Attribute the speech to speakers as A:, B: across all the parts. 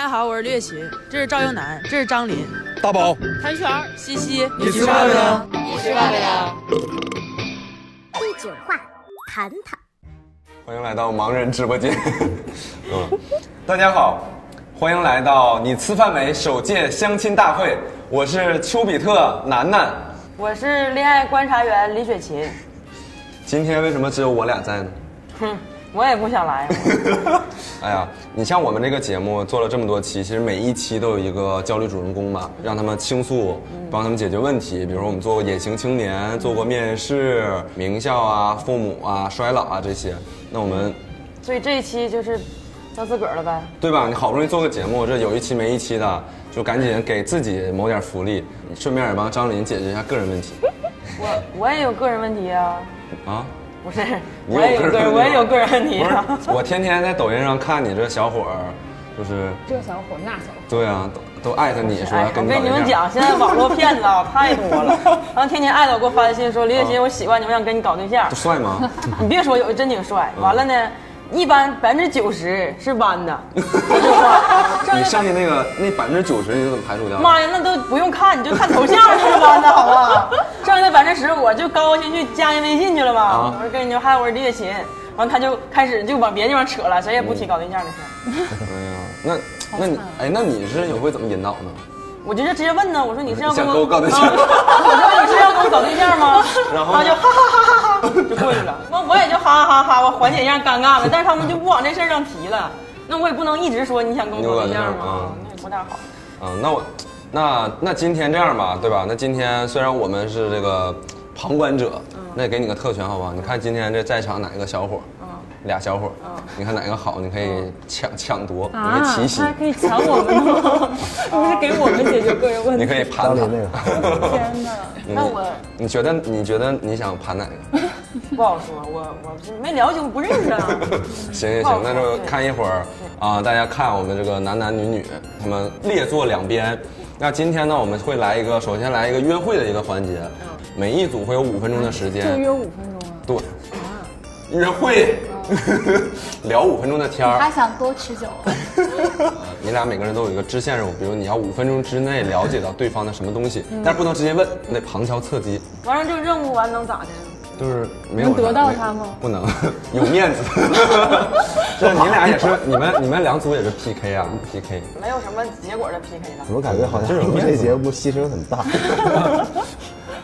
A: 家好，我是略寻，这是赵英男，这是张琳，
B: 大宝，
A: 谭泉儿、西西，
B: 你吃饭没有？
A: 你吃饭没有？
C: 第九话，谈谈。
D: 欢迎来到盲人直播间。嗯，大家好，欢迎来到你吃饭没首届相亲大会，我是丘比特楠楠。
A: 我是恋爱观察员李雪琴，
D: 今天为什么只有我俩在呢？
A: 哼，我也不想来。
D: 哎呀，你像我们这个节目做了这么多期，其实每一期都有一个焦虑主人公嘛，让他们倾诉，帮他们解决问题。比如说我们做过隐形青年，做过面试、名校啊、父母啊、衰老啊这些。那我们
A: 所以这一期就是到自个儿了呗。
D: 对吧？你好不容易做个节目，这有一期没一期的，就赶紧给自己谋点福利，顺便也帮张琳解决一下个人问题
A: 我我也有个人问题啊，
D: 啊。
A: 不是，
D: 你
A: 我也有个人，我也有个人问题啊。
D: 不是，我天天在抖音上看你这小伙儿，就是这小伙那小伙，对啊，都都艾特你说
A: 哎
D: 要，
A: 我
D: 跟你
A: 跟
D: 搞
A: 你
D: 对
A: 们
D: 象
A: 讲，现在网络骗子啊太多 了，然后天天艾特给我发信说李雪琴，我喜欢你，我想跟你搞对 象
D: 这。帅吗？
A: 你别说，有的真挺帅。完了呢，一般百分之九十是弯 的，说实 话
D: 你上去那个那百分之九十，你是怎么排除掉的？
A: 妈呀，那都不用看，你就看头像就是弯的，好不好？剩下的百分之十，我就高高兴兴加人微信去了嘛。
D: 啊
A: 我说跟你说，嗨，我是李雪琴。完，他就开始就往别的地方扯了，谁也不提搞对象的事儿。
D: 哎呀，那那你哎，那你是有会怎么引导呢？
A: 我就直接问呢，我说你是要跟
D: 想
A: 我
D: 跟我搞对象
A: 啊我说你是要跟我搞对象吗？
D: 然后呢
A: 他就哈哈哈哈哈就过去了。完我也就哈哈哈哈，我缓解一下尴尬呗。但是他们就不往这事儿上提了。那我也不能一直说你想跟我搞对象
D: 你有搞对象
A: 吗
D: 啊？
A: 那也不大好。
D: 啊，那我，那那今天这样吧，对吧？那今天虽然我们是这个旁观者，那也给你个特权，好不好？你看今天这在场哪个小伙儿？俩小伙儿，你看哪个好，你可以抢抢夺，你可以奇袭
E: 嗯他，还可以抢我们的吗？不是给我们解决个人问
D: 你
E: 题？
D: 可以盘他。
E: 天哪！
A: 那我
D: 你觉得你觉得你想盘哪个？
A: 不好说，我我是没了解，我不认识 啊。
D: 行行
A: 不好说
D: 行，那就看一会儿啊，大家看我们这个男男女女，他们列坐两边。那今天呢，我们会来一个，首先来一个约会的一个环节，每一组会有五分钟的时间，
E: 嗯就约五分钟啊！
D: 对，约会， 聊五分钟的天儿
F: 还。想多持久啊？
D: 你俩每个人都有一个支线任务，比如你要五分钟之内了解到对方的什么东西，
E: 嗯
D: 但不能直接问，你得旁敲侧击，
A: 完了这个任务完能咋的？
D: 就是没有
E: 能得
D: 啥
E: 到
D: 没
E: 他吗
D: 不能， 有面子。这你俩也是，你们你们两组也是 PK 啊，PK。
A: 没有什么结果的 PK 了
G: 怎。么感觉好像录这节目牺牲很大？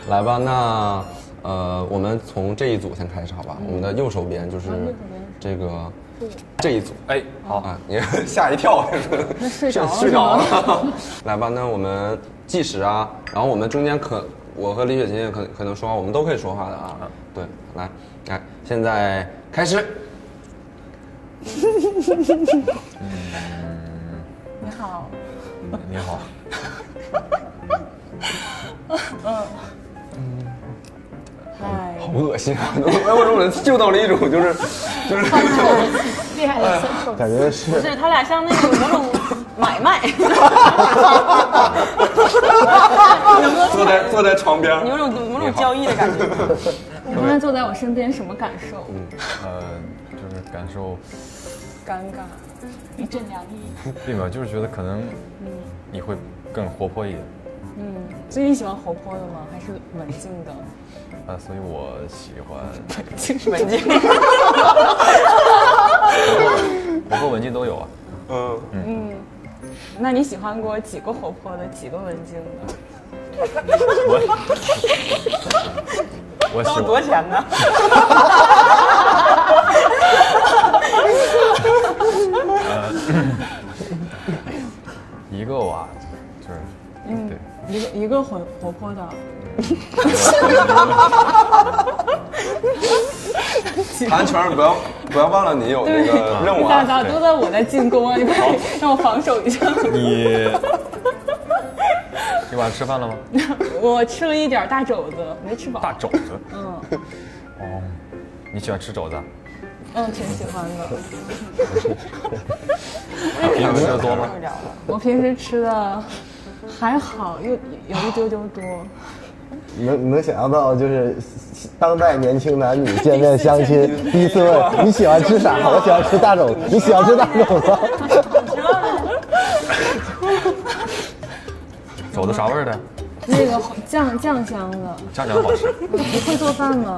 D: 来吧，那呃，我们从这一组先开始，好吧？
E: 嗯
D: 我们的右手边
E: 啊
D: 就是这个这一组。哎，好啊，你 吓一跳，那
E: 睡着了
D: 睡着了。 来吧，那我们计时啊，然后我们中间可我和李雪琴也可可能说话，我们都可以说话的啊。对，来，来，现在开始。嗯
E: 你好，
B: 你好，
E: 嗨，
D: 好恶心啊！ 我我我嗅到了一种就是就是
F: 厉害了，先说。
G: 感觉是
A: 是他俩像那种某种 买卖，
D: 坐在坐在床边，
A: 有种某种交易的感 觉。
E: 你刚才坐在我身边什么感受？
B: 呃，就是感受
E: 尴尬。
F: 一阵凉意。
B: 并没有，就是觉得可能你会更活泼一点，
E: 嗯，所以你喜欢活泼的吗？还是文静的？
B: 啊，所以我喜 欢
A: 文静，
B: 活泼文静都有啊。
D: 嗯，
E: 那你喜欢过几个活泼的，几个文静的？
B: 我
A: 那我
B: 我喜欢
A: 多少钱呢？
B: 一个哇，就是
A: 嗯
B: 对，
E: 一个一个活活泼的，
D: 韩泉儿不要不要忘了你有那个 任务
E: 大
D: 啊。
E: 家都在我在进攻啊！你快让我防守一下。
B: 你你晚上吃饭了吗？
A: 嗯
E: 我吃了一点大肘子，没吃饱。
B: 大肘子，
E: 嗯
B: 哦，你喜欢吃肘子啊？
E: 嗯，挺喜欢的。
A: 嗯
B: 你们吃的多吗？
E: 我平时吃的还好，又有一丢丢多。
G: 能能想象到，就是当代年轻男女见面相亲， 第一次问你喜欢吃啥？我喜欢吃大肘子，你喜欢吃大肘子。
A: 嗯
B: 肘子啥味儿的？
E: 那个酱酱香的，
B: 家常好吃。
E: 你会做饭吗？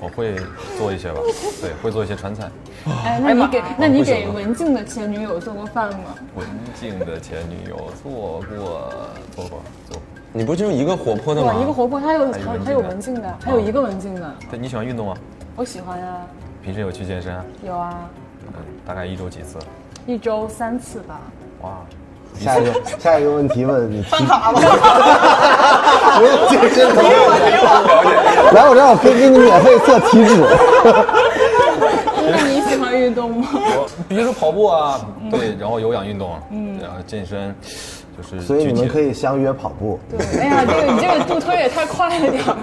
B: 我会做一些吧，对，会做一些川菜。
E: 哎，那你给那你
B: 会
E: 给
B: 做
E: 文静的前女友做过饭吗？
B: 文静的前女友做过，做过，做过。
D: 你不就一个活泼的
E: 哇，一个
D: 吗？
E: 活泼，还有
B: 还
E: 还
B: 有文
E: 有
B: 静
E: 还有
B: 的
E: 哎文静的，还有一个文静的，
B: 对，你喜欢运动吗？
E: 我喜欢啊，
B: 平时有去健身啊？
E: 有啊，
B: 嗯，大概一周几次？
E: 一周三次 吧。
B: 哇，
G: 下一个下一个问题问你，
A: 办卡 吧，
G: 不用健身房，来我这儿我可以给你免费测体脂。
E: 那你喜欢运动 吗？
B: 我比如说跑步啊，对，然后有氧运动，嗯，然后健身，就是
G: 所以
B: 具
G: 你
B: 体
G: 们
B: 的
G: 可以相约跑步，
E: 对，哎呀，这个你这个度推也太快了点儿，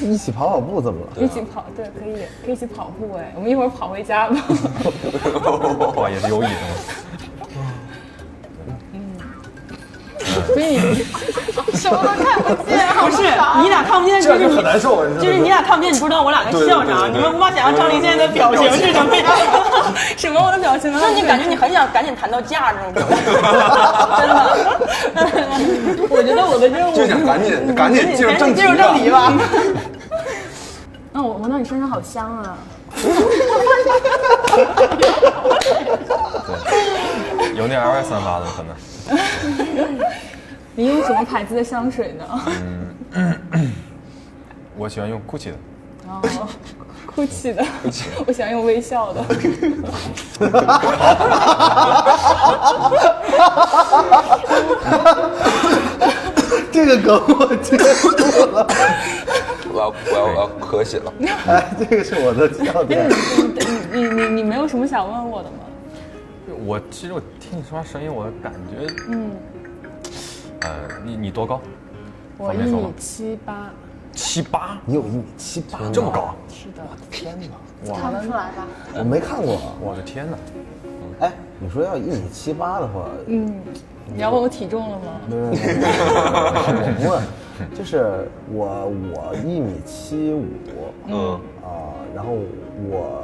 E: 嗯
G: 一起跑跑步怎么了？
E: 一起跑，对，可以可以一起跑步哎，我们一会儿跑回家吧。
B: 哇， 也是有瘾。
E: 所以你
A: 不是啊你俩看不见，就是你
B: 难受，你
A: 就是你俩看不见，你不知道我俩在笑啥，你们无法想象张琳现在的表情是什么样。
E: 什么我的表情啊呢？
A: 那你感觉你很想赶紧谈到价这种表 情，真的。
E: 我觉得我的任务
D: 就想赶紧赶紧进入正题
A: 嗯进入正题吧。
E: 那我闻到你身上好香啊！
B: 有那 L S 三八的可能。
E: 你用什么牌子的香水呢？
B: 我喜欢用 GUCCI 的，
E: 哦，哭泣的， 我喜欢用微笑的。
G: 这个梗我接住了，
D: 我要我要我要咳血了。
G: 哎，这个是我的笑点。
E: 你你你你没有什么想问我的吗？
B: 我其实我听你说话声音，我感觉，嗯，呃，你你多高？
E: 我
B: 方
E: 一
B: 便说
E: 米
B: 吗
E: 七八，
B: 七八，
G: 你有一米七八，
B: 这么高？
E: 是的，
G: 天哪！
E: 看不出来吧？
G: 我没看过。啊
B: 我的天哪！
G: 哎，你说要一米七八的话，
E: 嗯，你要问我体重了吗？
G: 没没没，我不问，就是我我一米七五，
D: 嗯，
G: 啊，然后我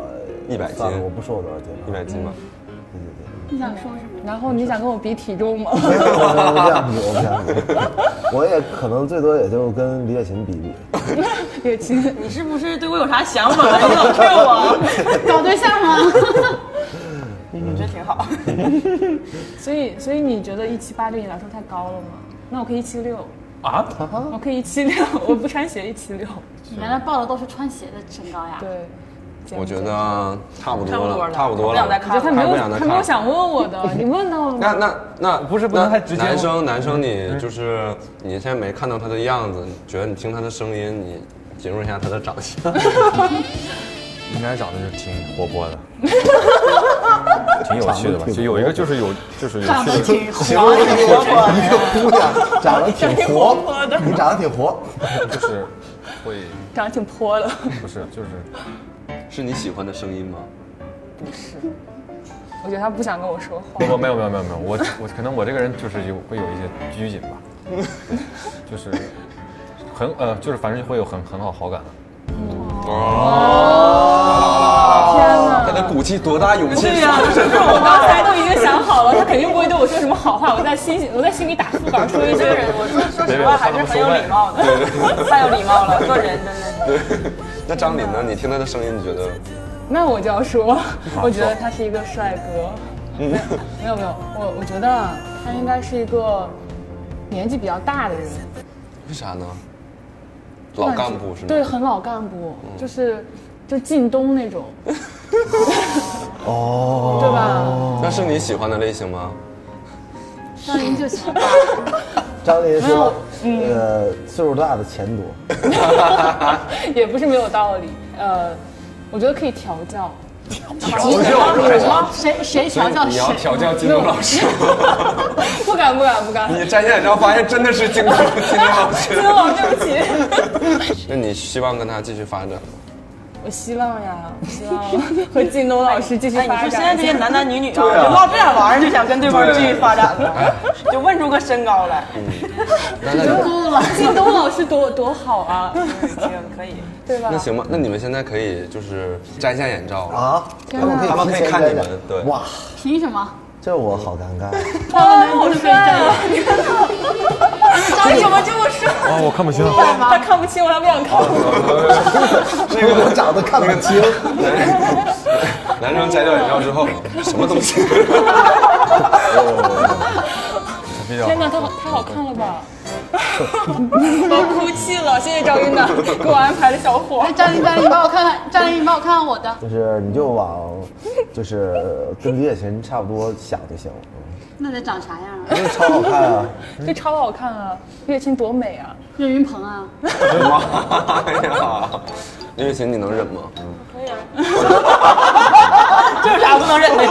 D: 100斤
G: 算了我不说我多少斤了，
D: 一百斤吧。
E: 嗯
G: 对对对。
F: 你想说什么？
E: 然后你想跟我比体重 吗？
G: 没有，没有我不想比，我不想比，我也可能最多也就跟李雪琴比比。
E: 月清，
A: 你是不是对我有啥想法？ 你老 Q 我，
F: 搞对象吗？
A: 你嗯这挺好。
E: 所以所以你觉得一七八对你来说太高了吗？那我可以一七六，
B: 啊，
E: 我可以一七 六，我不穿鞋一七六。
F: 原来报的都是穿鞋的身高呀。
E: 对，
D: 我觉得差不
A: 差
D: 多
A: 不多
D: 了，
A: 了
D: 差不多
A: 我俩在
D: 了。
A: 看
E: 我觉得他没
D: 看不
E: 有
D: 了那
E: 他没有
D: 看
E: 想问我的，你问到了吗？
D: 那那那
B: 不是不能
D: 那
B: 太直接吗
D: 男生男生，你就是你现在没看到他的样子，你觉得你听他的声音，你形容一下他的长相。
B: 应该长得就挺活泼的，挺有趣的吧？就有一个就是有就是有趣的，
F: 挺
G: 形容一个姑娘长得挺活，你长得挺活，
B: 就是会
E: 长得挺泼的，
B: 不是就是
D: 是你喜欢的声音吗？
E: 我觉得他不想跟我说 话。
B: 我没有没有没有没有，我我可能我这个人就是有会有一些拘谨吧，对，就是很呃就是反正会有很很好好感的。
E: 哦天
D: 哦他
E: 哪！
D: 得鼓起多大勇气
E: 对呀、就是我刚才都已经想好了，他肯定不会对我说什么好话。我在心我在心里打腹稿，说一
A: 这
E: 句
A: 个人，我说说实话还是很有礼貌的， 太有礼貌了，做人真的。
D: 那张琳呢？你听他的声音，你觉得？
E: 那我就要说，我觉得他是一个帅哥。
D: 嗯
E: 没有没有，我我觉得啊他应该是一个年纪比较大的人，
D: 为啥呢？老干部是吗？嗯
E: 对，很老干部，就是就靳东那种，哦， 对吧？
D: 那是你喜欢的类型吗？
F: 张琳就行。
G: 张琳说，呃，岁数大的钱多，
E: 也不是没有道理。呃，我觉得可以调教，
F: 谁谁调教
D: 你要
F: 谁？
D: 调教金东老 师，
E: 不敢不敢 不敢。
D: 你摘下来之后发现真的是金东金东老师。
E: 金老对不起。
D: 那你希望跟他继续发展吗？
E: 我希望呀，我希望和靳东老师继续
A: 哎，你
E: 发
A: 说现
E: 展
A: 在这
E: 一下。
A: 些男男女女啊，就唠这点玩意儿就想跟对哎方继续发展 了，就问出个身高来。
E: 靳东老师多多好 啊，
A: 行，可以。
E: 对吧
D: 那？行吧，那你们现在可以就是摘下眼罩了。
G: 啊，他们可以
D: 他们可以
G: 提前
D: 看你
G: 摘
D: 们
G: 摘
D: 对
G: 哇，
F: 凭什么？
G: 这我好尴尬，
E: 哇，好帅啊！
F: 张
B: 看不清。
A: 他看不清我，他不想看我。
G: 我长得看不清，
D: 男生摘掉眼罩之后，什么东西？
B: 比较
E: 天哪，他好太好看了 吧！
A: 我哭泣了，谢谢张云南给我安排的小伙
F: 哎，。张琳，张琳，你帮我看看， 张琳，你帮我看看我的。
G: 就是你就往，就是跟李雪琴差不多想就行了，
F: 那得长啥样啊
G: 嗯？因为超好看啊。
E: 这超好看啊，岳青多美啊！
F: 岳云鹏啊，
D: 妈呀！李雪琴，你能忍吗？
A: 这有啥不能忍的？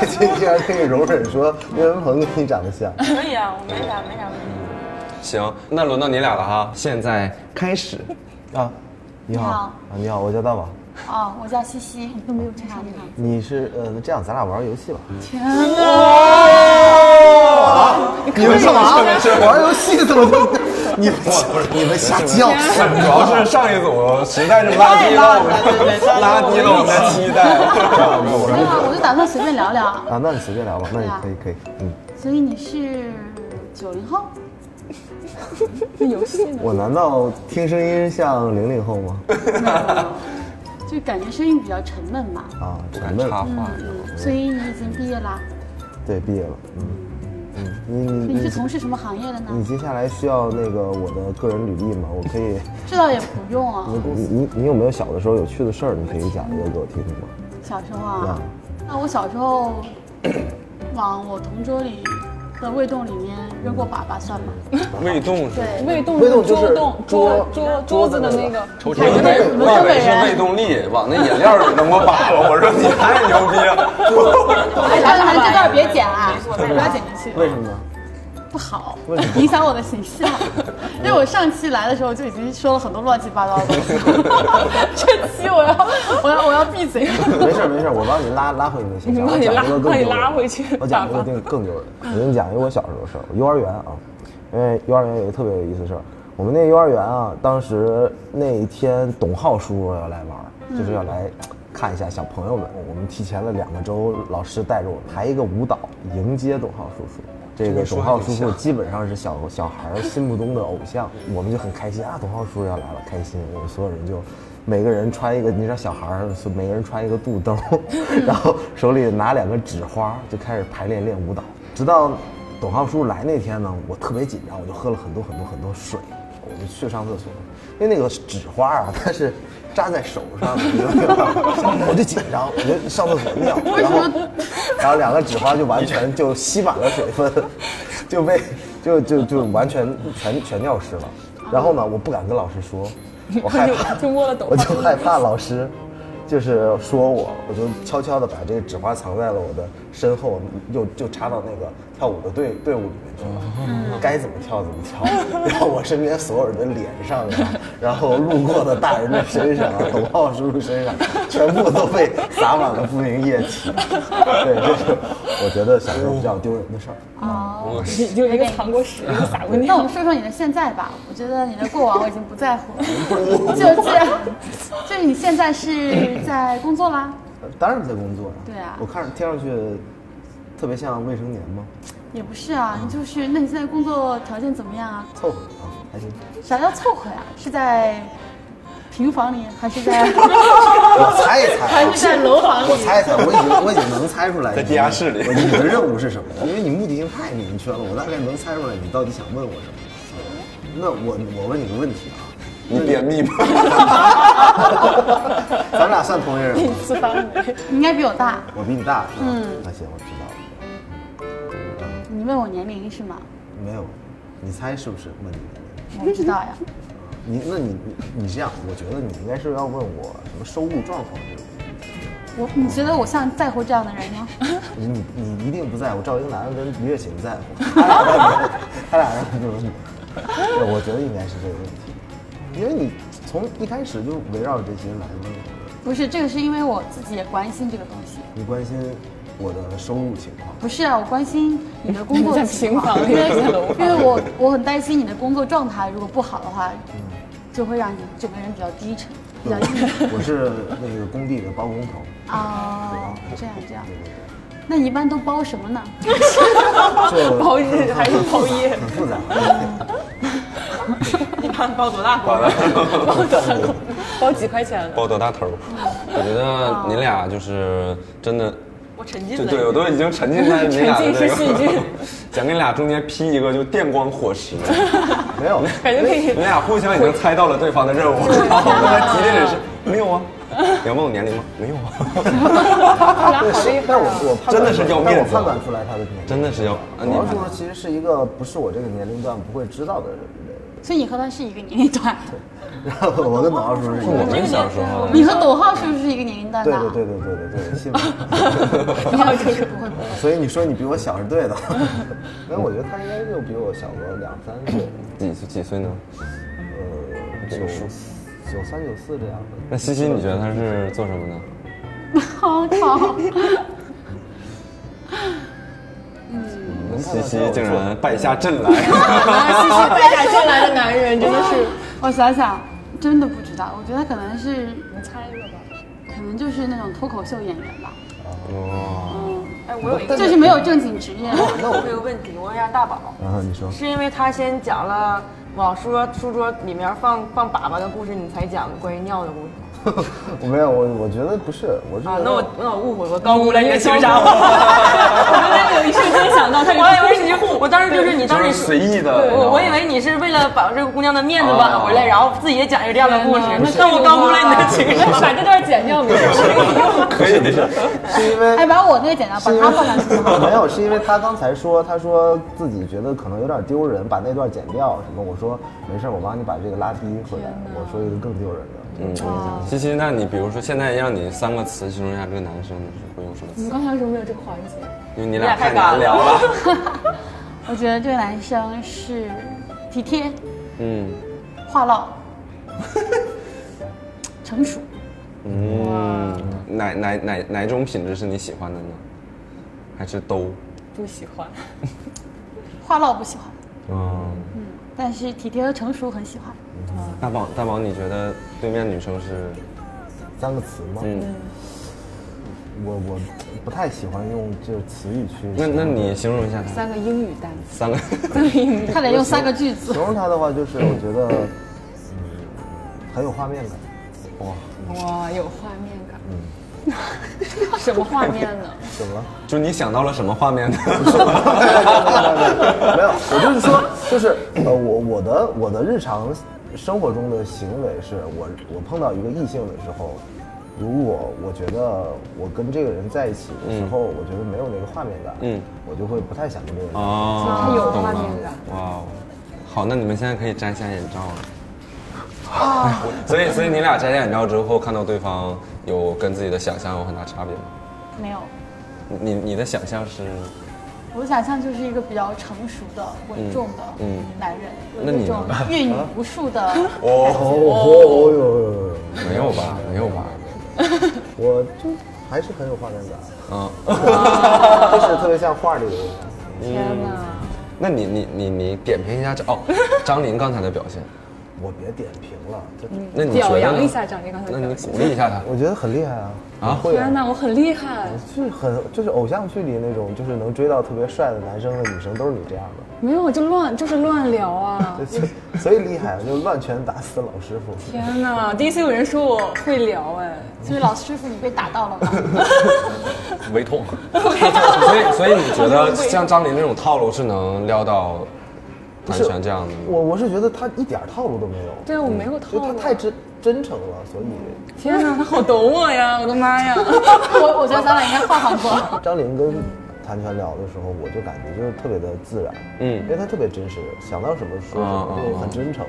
G: 岳琴竟然可以容忍说岳云鹏跟你长得像，
A: 可以啊，我没啥没啥问题。
D: 行，那轮到你俩了哈。现在开始，
G: 啊，你好
F: 你好
G: 啊，你好，我叫大宝。
F: 哦，我叫西西。都没有这啥，你看，
G: 你是呃，这样咱俩玩个游戏吧。
D: 你们干嘛？
G: 玩游戏怎么就你们你们瞎叫？
D: 主要是上一组实在是拉低了我们，拉低了我们的期待。
F: 没有啊，我就打算随便聊聊。
G: 啊，那你随便聊吧，那你
F: 对啊
G: 可以可以，嗯，
F: 所以你是九零后？
G: 我难道听声音像零零后吗？
F: 就感觉声音比较沉闷嘛，
G: 啊，
D: 不
G: 咱
D: 敢
G: 们
D: 插话，
F: 所以你已经毕业啦，
G: 对毕业了，嗯嗯，你你
F: 你是
G: 你
F: 从事什么行业的
G: 你
F: 呢？
G: 接下来需要那个我的个人履历吗？我可以，
F: 这倒也不用啊，
G: 你你你有没有小的时候有趣的事儿？你可以讲一个给我听听吗？
F: 小时候
G: 嗯
F: 啊，那我小时候往我同桌里的胃洞里面扔过粑粑算吗？
D: 胃动是
F: 对，
E: 胃动
G: 胃动就是
E: 桌动
G: 桌
E: 桌桌桌子的那个，
D: 抽筋。我以为我以为是胃动力，往那饮料里能给我把了。我说你太牛逼了。
F: 哎，张涵这段别剪啊，
E: 不要剪进去。
G: 为什么呢？
F: 不好
G: 为什，
F: 影响我的 形象。因为我上期来的时候就已经说了很多乱七八糟的东西， 这期我要我要我要闭嘴。
G: 没事儿没事儿，我帮你拉拉回你的形象，我
E: 帮你拉
G: 讲一个更
E: 帮你
G: 丢人
E: 拉回去
G: 我讲一
E: 爸
G: 个
E: 爸
G: 更更丢人。我跟你讲一个我小时候的事儿，我幼儿园啊，因为幼儿园有一个特别有意思的事儿。我们那个幼儿园啊，当时那一天董浩叔叔要来玩儿，就是要
E: 嗯
G: 来看一下小朋友们。我们提前了两个周，老师带着我排一个舞蹈迎接董浩叔叔。这个董浩叔叔基本上是小小孩儿心目中的偶像，我们就很开心啊，董浩叔叔要来了，开心。我们所有人就每个人穿一个，你知道小孩儿是每个人穿一个肚兜，然后手里拿两个纸花，就开始排练练舞蹈。直到董浩叔来那天呢，我特别紧张，我就喝了很多很多很多水，我就去上厕所，因为那个纸花啊，它是扎在手上的，你知道吗我就紧张，我就上厕所尿，然后然后两个纸花就完全就吸满了水分，就被就就就完全全全尿湿了。然后呢，我不敢跟老师说，我害怕
E: 就摸了董
G: 我
E: 浩
G: 就害怕老师，就是说我，我就悄悄的把这个纸花藏在了我的身后，又就插到那个跳舞的队队伍里面去
F: 嗯
G: 了，该怎么跳怎么跳。然后我身边所有人的脸上啊，然后路过的大人的身上啊，董浩叔叔身上，全部都被洒满了不明液 体。对，这是我觉得小时候比较丢人的事儿。哦
E: 你就一个尝过屎，一个撒过
F: 那我
E: 尿
F: 们。说说你的现在吧，我觉得你的过往我已经不在乎了， 就是就是你现在是在工作啦，
G: 当然在工作呀、
F: 对啊
G: 我看着听上去特别像未成年吗？
F: 也不是啊，你就是那你现在工作条件怎么样啊？
G: 凑合啊，还行。
F: 啥叫凑合呀、是在平房里还是 在
G: 我猜一猜啊
F: 还。是在楼房里
G: 我？猜一猜，我已经我已经能猜出来你，
D: 在地下室里
G: 我你的任务是什么了？因为你目的性太明确了，我大概能猜出来你到底想问我什么。那我我问你个问题啊，
D: 你便秘吗？
G: 咱们俩算同龄人吗？
E: 四方梅，
F: 你应该比我大，
G: 我比你大是吧？
F: 嗯
G: 那行，我知道了。
F: 你问我年龄是吗？
G: 没有，你猜是不是问你年龄？啊
F: 我不知道呀，
G: 你那你你你这样，我觉得你应该是要问我什么收入状况这种。
F: 我你觉得我像在乎这样的人吗？
G: 你你一定不在乎，赵英男跟李雪琴在乎，他俩在乎，他俩在乎这个问题。对我觉得应该是这个问题，因为你从一开始就围绕着这些来问我，
F: 不是，这个是因为我自己也关心这个东西。
G: 你关心我的收入情况，
F: 不是啊，我关心你的工作
E: 在
F: 情况，
E: 平房里
F: 因为
E: 在楼房
F: 因为我我很担心你的工作状态，如果不好的话，就会让你整个人比较低沉，比较低
G: 我是那个工地的包工头，
F: 哦啊、这样这样，那一般都包什么呢？
G: 就
A: 包日还是包 夜？
G: 很复杂。
A: 一般包多大锅？
E: 包几块钱的，
D: 包多大头儿？我觉得你俩就是真的，
A: 我沉浸
D: 就
A: 了。
D: 对我都已经沉浸在你俩的这
E: 沉浸式戏
D: 个
E: 剧，
D: 想给你俩中间劈一个就电光火石，
G: 没有，
E: 感觉可以
D: 你俩互相已经猜到了对方的任务，然后刚才提的人是没有啊，你要问我年龄吗？没有啊，
G: 对，是，但我我判
D: 真
G: 断
D: 的是要面子啊
G: 但我判断出来他的年龄。
D: 真的是要，啊
G: 主
D: 你
G: 要说其实是一个不是我这个年龄段不会知道的人。
F: 所以你和他是一个年龄段，
G: 然后我跟董浩叔是一
D: 我
G: 个，
D: 们小时候
F: 你和董浩是不是一个年龄段
G: 对
F: 的？啊
G: 对对对对对对，信不信？
F: 你看我就是不会。
G: 所以你说你比我小是对的，但我觉得他应该就比我小个两三岁，
D: 几岁几岁呢？
G: 呃，九九三九四这样的。
D: 那西西你觉得他是做什么的？
F: 好 吵，
D: 西西竟然败下阵来，
A: 哎
E: 打进来的男人真的是
F: 我想想，真的不知道，我觉得可能是你猜一个吧，可能就是那种脱口秀演员吧，
A: 哎，我有一个
F: 就是没有正经职 业。
G: 那
A: 我
G: 我，
A: 有个问题，我问一下大宝，
G: 然后你说，
A: 是因为他先讲了往书桌书桌里面放放粑粑的故事，你才讲关于尿的故事吗？
G: 我没有，我我觉得不是，我是
A: 啊
G: 觉，
A: 那
G: 得
A: 我那我误会，我高估了你的情商。我刚才有一瞬间想到，他我以为你， 我当时就是你当
D: 就是
A: 时
D: 随意的。然
A: 我
D: 后
A: 我以为你是为了把这个姑娘的面子挽回来，
D: 哦
A: 然后自己也讲一个这样的故事
E: 天哪，
A: 但我高估了你的情商。
E: 把这段剪掉没有？
D: 可以，
G: 是因为
F: 哎，把我那个剪掉，把
G: 是因为
F: 他放上去。
G: 没有，是因为他刚才说，他说自己觉得可能有点丢人，把那段剪掉什么。我说没事，我帮你把这个拉低回来。我说一个更丢人的，
D: 嗯，
E: 哦
D: 西西，那你比如说现在让你三个词形容一下这个男生，你是会用什么词
E: 你？刚才为什么没有这个环节？
D: 因为你
A: 俩
D: 俩
A: 太
D: 太
A: 干
D: 难聊了。
F: 我觉得这个男生是体贴、
D: 嗯
F: 话唠、 成熟。
D: 嗯， 哪哪哪哪种品质是你喜欢的呢？还是都？
E: 不喜欢，
F: 话唠不喜欢，
D: 嗯，
F: 但是体贴和成熟很喜欢。
D: 大宝大宝，你觉得对面女生是？
G: 三个词吗？
D: 嗯，
G: 我我不太喜欢用就是词语去。
D: 那那你形容一下她
E: 三个英语单词，
D: 三个，
F: 他得用三个句子
G: 形。容他的话，就是我觉得，嗯，很有画面感。哇，
E: 哇，有画面感。 什么画面呢？
G: 怎么了？
D: 就你想到了什么画 面呢？
G: 没有，我就是说，就是呃，我我的我的日常生活中的行为是我我碰到一个异性的时候，如果我觉得我跟这个人在一起的时候，我觉得没有那个画面感，
D: 嗯
G: 我就会不太想跟这个人。
D: 哦，
E: 他有
D: 懂
E: 画
D: 了
E: 面感。
D: 哇哦，好，那你们现在可以摘下眼罩了。啊， 所以所以你俩摘下眼罩之后，看到对方有跟自己的想象有很大差别吗？
F: 没有，
D: 你你的想象是，
F: 我的想象就是一个比较成熟的、稳重的
D: 嗯
F: 男人，
D: 那
F: 有
D: 你
F: 一种
D: 呢
F: 阅女无数 的。
G: 哦哦哟，
D: 没有吧？没有吧？
G: 我就还是很有画面感，
D: 嗯，
G: 就是特别像画里的人。
E: 天哪！
D: 那你你你你点评一下这哦，张琳刚才的表现，
G: 我别点评了，这
D: 那你觉
E: 表
D: 得
E: 扬
D: 呢
E: 一下张琳刚才的
D: 那你
E: 表
D: 鼓励一下她。
G: 我觉得很厉害啊！
D: 啊
G: 很会啊
E: 天哪，我很厉害。
G: 就是很就是偶像剧里那种，就是能追到特别帅的男生和女生，都是你这样的。！
E: 没有，我就乱，就是乱聊啊
G: 所以所以 厉害，啊就乱拳打死老师傅。
E: 天哪，第一次有人说我会聊哎，
F: 所以老师傅，你被打到了吗？
B: 微痛，
D: 所以所以你觉得像张琳这种套路是能撩到南拳这样的吗？
G: 我我是觉得他一点套路都没有，
E: 对我没有套
G: 就嗯他
E: 路。啊
G: 太真真诚了，所以
E: 天哪，他好懂我呀！我的妈呀！
F: 我我觉得咱俩应该换换
E: 啊
F: 过。
G: 张琳跟谭泉聊的时候，我就感觉就是特别的自然，
D: 嗯
G: 因为他特别真实，想到什么说什
D: 嗯
G: 么，
D: 嗯
G: 就很真诚。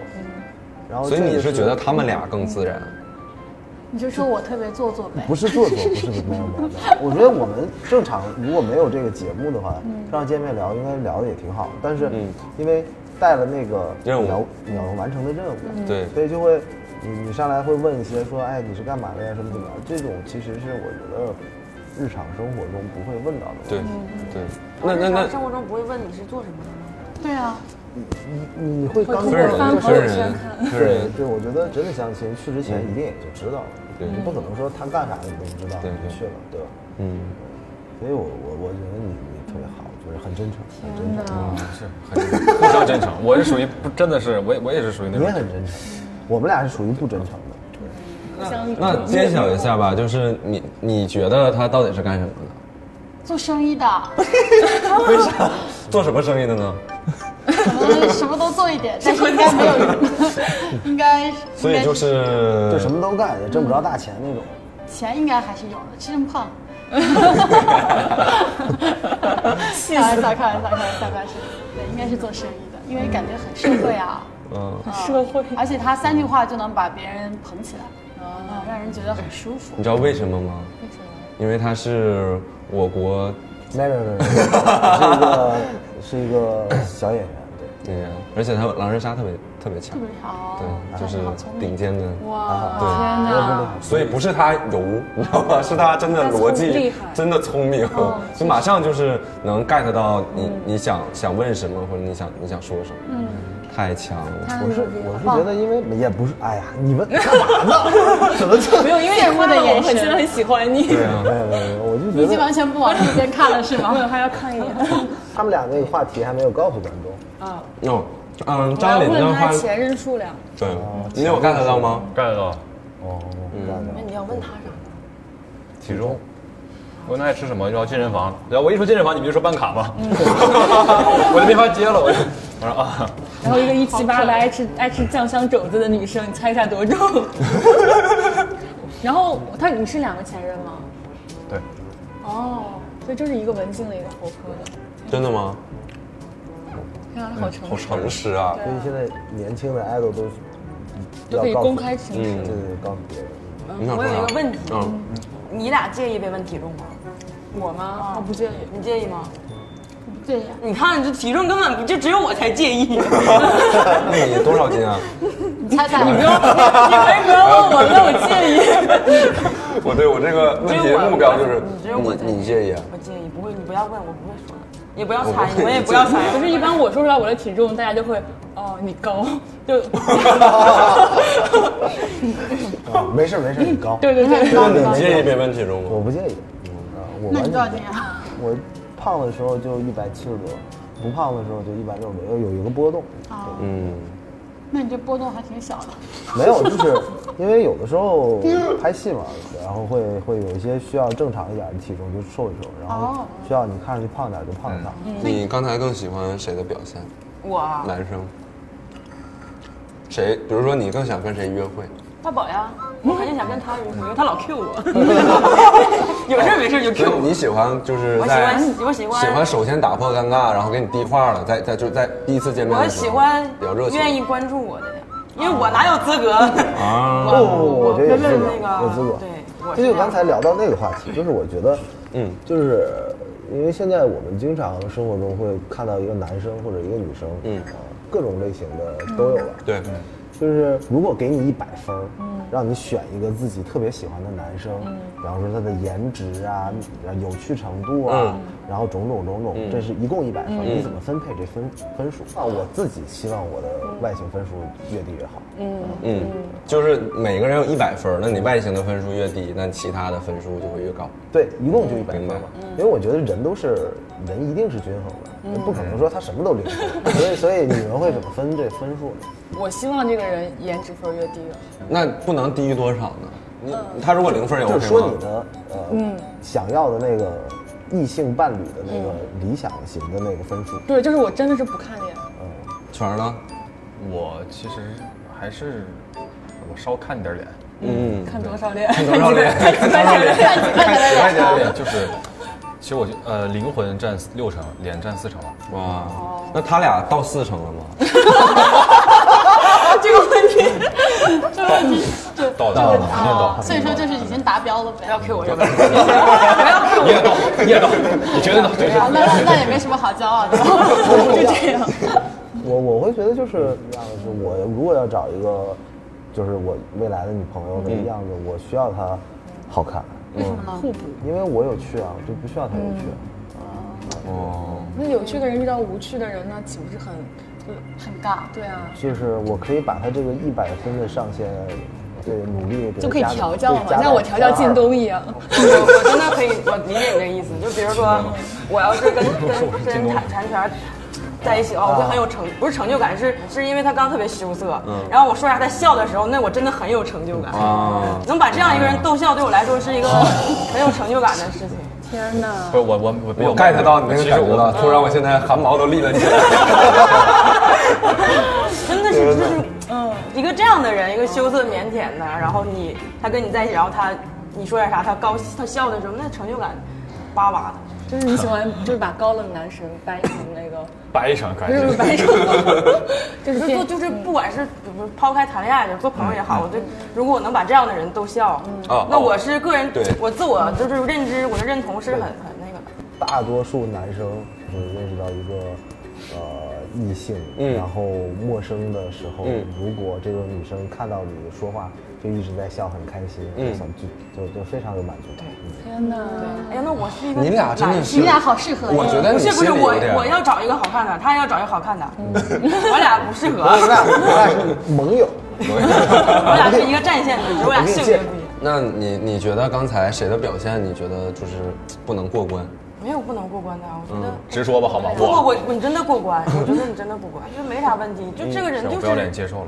G: 然后
D: 所以
G: 这
D: 你
G: 个
D: 是觉得他们俩更自然？
E: 嗯
F: 你就说我特别做作呗。
G: 不是做作，不是没有没有没有。我觉得我们正常如果没有这个节目的话，
E: 嗯
G: 这样见面聊应该聊的也挺好。但是因为带了那个
D: 嗯任务
G: 你要你要完成的任务，
E: 嗯
D: 对
G: 所以就会你你上来会问一些说，哎，你是干嘛的呀，什么怎么样？这种其实是我觉得日常生活中不会问到的问题。
D: 对
E: 嗯
D: 对，那那那
A: 生活中不会问你是做什么的吗？
F: 对啊，
G: 你你会刚
E: 会
G: 过
E: 分人
G: 就
E: 朋友
G: 是
E: 圈
D: 人
E: 看
D: 分
G: 对
D: 人，
G: 对，我觉得真的相亲去之前一定也就知道了，
D: 对
G: 你不可能说他干啥你都不知道，
D: 对对
G: 你就去了，对吧？
D: 嗯，
G: 所以我我我觉得你你特别好，就是很真诚，很真诚，
B: 是很互相真诚。我是属于不真的是，我也我也是属于那
G: 你也
B: 种
G: 很真诚，我们俩是属于不真诚的。
E: 嗯
D: 那揭晓一下吧，就是你你觉得他到底是干什么的？
F: 做生 意的，
D: 为啥？做什么生意的呢？
F: 什么什么都做一点，但是应该 没有人， 应该
D: 所以就
F: 应
D: 是
G: 就什么都干，也挣不着大钱那种。
F: 该钱应该还是有的，吃这么 胖。 开玩笑，开玩笑，开玩笑，开玩笑，对，应该是做生意的，因为感觉很社会啊，
D: 嗯，
E: 社会
F: 而且他三句话就能把别人捧起来，啊，让人觉得很舒服
D: 你。知道为什么吗？
F: 为什么？
D: 因为他是我国
G: 没没没没，是一个是一个小演员，对，
D: 演员，呃而且他狼人杀特别特别强，
F: 哦，
D: 对，就是顶尖的。
F: 哇，
D: 对
F: 天哪！
D: 所以不是他油， 你知道吗？是他真的逻
E: 聪
D: 辑
E: 厉害，
D: 真的聪明， 就马上就是能 get 到你你想想问什么，或者你想你想说什么。嗯，太强了。
G: 我是我是觉得，因为也不是，哎呀，你们干嘛呢？ 怎么就？
A: 没有，因为你
F: 羡慕
A: 夸
F: 的
A: 了我，
F: 眼
A: 我真的
F: 神
A: 很喜欢你。
D: 对啊
G: 没，有没有没有，我就
F: 已
G: 觉
F: 经
G: 得
F: 完全不往那边看了，是吗？
E: 我还要看 一眼。
G: 他们俩那个话题还没有告诉观众。
D: 哦，嗯，
E: 我要
D: 张琳的
E: 问
D: 话
E: 他，前任数量，
D: 对，你有 get 到吗？
B: 干了。
G: 哦，
A: 那
G: 嗯，
A: 你要问他啥？
B: 体重。我问他爱吃什么，然后健身房。然后我一说健身房，你们就说办卡吧，我就没法接了。我就我说啊，
E: 然后一个一七八的爱吃爱吃酱香肘子的女生，你猜一下多重？然后他你是两个前任吗？
B: 对，
E: 哦，所以就是一个文静的，一个活泼的。
D: 真的吗？
E: 天啊，他好成
D: 好
E: 熟，
D: 诚实啊！
G: 所以现在年轻的 idol 都是
E: 就可以
G: 要告诉
E: 公开诚实。
G: 对对对，告诉别人。
D: 啊你想
A: 我
D: 说
A: 有
D: 啥
A: 一个问题
D: 嗯，
A: 你俩介意被问体重吗？
E: 我吗？
A: 哦
E: 我不介意。
A: 你介意吗？
F: 对呀，
A: 你看这体重根本不就只有我才介意， 你
D: 那你多少斤啊？
F: 你猜猜，你
A: 没不要问我，那我介意。
D: 我对我这个问题
A: 只有我
D: 的目标就是
A: 只有我才
D: 你你介意啊？
A: 我介意，不会，你不要问我，不会说的，也不要
D: 我不
A: 猜，
D: 会
A: 你们也不要猜。
E: 可 是，一般我说出来我的体重，大家就会，哦，你高， 就，
G: 啊没事没事，你高。
E: 对对对，
D: 那你介意被问体重吗？
G: 我不介意。啊，我
F: 那
G: 完
F: 你
G: 全
F: 多少
G: 不介
F: 斤
G: 意
F: 啊？
G: 我胖的时候就一百七十多，不胖的时候就一百六十多，有有一个波动。
D: 嗯，
F: 那你这波动还挺小的。
G: 没有，就是因为有的时候拍戏嘛，然后会会有一些需要正常一点的体重就瘦一瘦，然后需要你看上去胖点就胖一胖。
D: 你刚才更喜欢谁的表现？
A: 我啊
D: 男生？谁？比如说你更想跟谁约会？
A: 大宝呀，我肯定想跟他约会，因为他老 Q 我，有事儿没事儿就 Q
D: 就
A: 我。
D: 你喜欢就是
A: 我喜
D: 在
A: 欢我喜欢
D: 喜欢首先打破尴尬，然后给你递话了，在在就在第一次见面
A: 我
D: 的时候
A: 喜欢
D: 比较热情，
A: 愿意关注我的呀，因为我哪有资格？
D: 啊，
G: 不不哦不，我觉得有
A: 我
G: 资格，
A: 哦那个
G: 有资格。
A: 对我
G: 这
A: 是
G: 就
A: 这样
G: 刚才聊到那个话题，就是我觉得，
D: 嗯
G: 嗯，就是因为现在我们经常生活中会看到一个男生或者一个女生，
D: 嗯
G: 嗯，各种类型的都有了。
D: 对，
G: 就是如果给你一百分儿，让你选一个自己特别喜欢的男生，比方说他的颜值啊、然后有趣程度啊，
D: 嗯
G: 然后种种种种，这是一共一百分，你怎么分配这分分数？那我自己希望我的外形分数越低越好。
D: 嗯，就是每个人有一百分儿，那你外形的分数越低，那其他的分数就会越高。
G: 对，一共
F: 嗯
G: 就一百分
D: 明白
G: 嘛。因为我觉得人都是人，一定是均衡的，
F: 嗯
G: 不可能说他什么都零。所以，所以你们会怎么分这分数呢？
F: 嗯
E: 我希望这个人颜值分越低越好。
D: 那不能低于多少呢？你他如果零分儿也
G: 就
D: OK 吗？
G: 是说你的呃，
F: 嗯
G: 想要的那个异性伴侣的那个
F: 嗯
G: 理想型的那个分数。
E: 对，就是我真的是不看脸，
D: 全呢？
B: 我其实还是我稍看点脸，
D: 嗯，
E: 看多少脸？
D: 多少脸？
B: 看点点脸就是，其实我觉得呃灵魂占六成，脸占四成吧。
D: 哇，那他俩到四成了吗？
A: 啊
B: 到到肯定到，
F: 啊所以说就是已经达标了呗。
A: Q 我这个，不要 Q
B: 你也到，你也到，你绝对到，绝对
F: 啊
B: 到。
F: 那那那也没什么好骄傲的，就这样。
G: 我我会觉得就是那样子，我如果要找一个，就是我未来的女朋友的样子，我需要她好看，嗯
F: 嗯为什么呢？
G: 因为我有趣啊，就不需要她有趣啊。
D: 哦，
E: 那有趣的人遇到无趣的人，那岂不是很？
F: 很尬。
E: 对啊，
G: 就是我可以把他这个一百分的上限对，努力给
F: 就可以
G: 家里
F: 调教
G: 对
F: 嘛，
G: 家
F: 像我
G: 长
F: 调教靳
G: 家
F: 东一样。
A: 我我真的可以，我理解你这意思。就比如说，我要是跟跟跟人产产权在一起的话，我会很有成，不是成就感，是是因为他刚刚特别羞涩，然后我说啥他笑的时候，那我真的很有成就感。
D: 啊，
A: 能把这样一个人逗笑，对我来说是一
D: 哦
A: 个 很有成就感的事情。
F: 天哪！
B: 不是我我我比较
D: 我 get 到你那
B: 其
D: 个感
B: 实
D: 觉
B: 我
D: 了，突然我现在汗毛都立了起来。
A: 真的是，就是嗯，一个这样的人，一个羞涩腼腆的，然后你他跟你在一起，然后他你说点啥，他高他笑的时候，那成就感哇哇的。
F: 就是你喜欢，就是把高冷男神掰成那个，
B: 掰一声，
F: 不是不是
B: 快
F: 掰成，就是嗯
A: 就
F: 变
A: 就就是，不管是比如抛开谈恋爱，做朋友也好，我对，如果我能把这样的人逗笑，
D: 嗯哦
A: 那我是个人
D: 对，
A: 我自我就是认知，我的认同是很很那个的。
G: 大多数男生就是认识到一个呃异性，
D: 嗯
G: 然后陌生的时候，
D: 嗯
G: 如果这个女生看到你说话就一直在笑，很开心，
D: 嗯
G: 就想就就就非常有满足感。嗯
F: 天哪！
A: 哎呀，那我是一个
D: 你俩真的
A: 男
D: 是
F: 你，俩好适合呀。
D: 我觉得
A: 不
D: 你
A: 是不
D: 心
A: 是
D: 里
A: 我
D: 有点，嗯
A: 我要找一个好看的，他也要找一个好看的，我俩不适合，
G: 我俩我俩是嗯盟友，
A: 我俩是一个战线的，只是我俩性格不一样。
D: 那你你觉得刚才谁的表现，你觉得就是不能过关？
A: 没有不能过关的，啊我觉得。
B: 直说吧好吗？
A: 不过我我你真的过关，我觉得你真的过关，就没啥问题。就这个人
B: 行我
A: 就
B: 不要脸
A: 是
B: 接受了。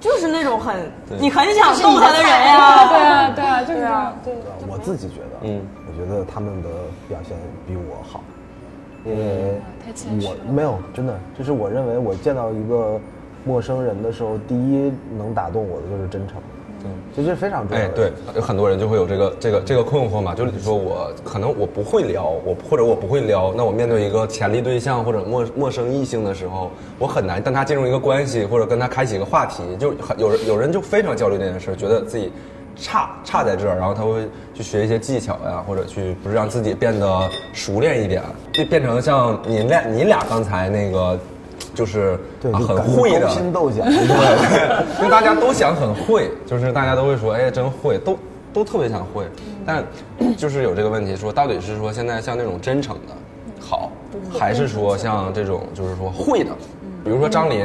A: 就是那种很你很想逗他的人
E: 对
A: 呀，
E: 啊，对啊，就是这样。对，
G: 对吧我自己觉得，
D: 嗯
G: 我觉得他们的表现比我好，
D: 嗯
G: 因为
F: 太谦虚了
G: 我没有真的，这是我认为我见到一个陌生人的时候，第一能打动我的就是真诚，对，这是非常重要
D: 哎
G: 的。，
D: 对，有很多人就会有这个这个这个困惑嘛，就是你说我可能我不会聊，我或者我不会聊，那我面对一个潜力对象或者陌陌生异性的时候，我很难跟他进入一个关系，或者跟他开启一个话题，就很有人有人就非常焦虑这件事，觉得自己。差差在这儿，然后他会去学一些技巧呀，或者去不是让自己变得熟练一点，就变成像你俩你俩刚才那个，就是
G: 对，
D: 啊
G: 就
D: 很
G: 感觉
D: 会的
G: 勾心斗角，
D: 对， 因为大家都想很会，就是大家都会说，哎，真会，都都特别想会，
F: 嗯
D: 但就是有这个问题，说到底是说现在像那种真诚的好，还是说像这种就是说会的，
F: 嗯
D: 比如说张琳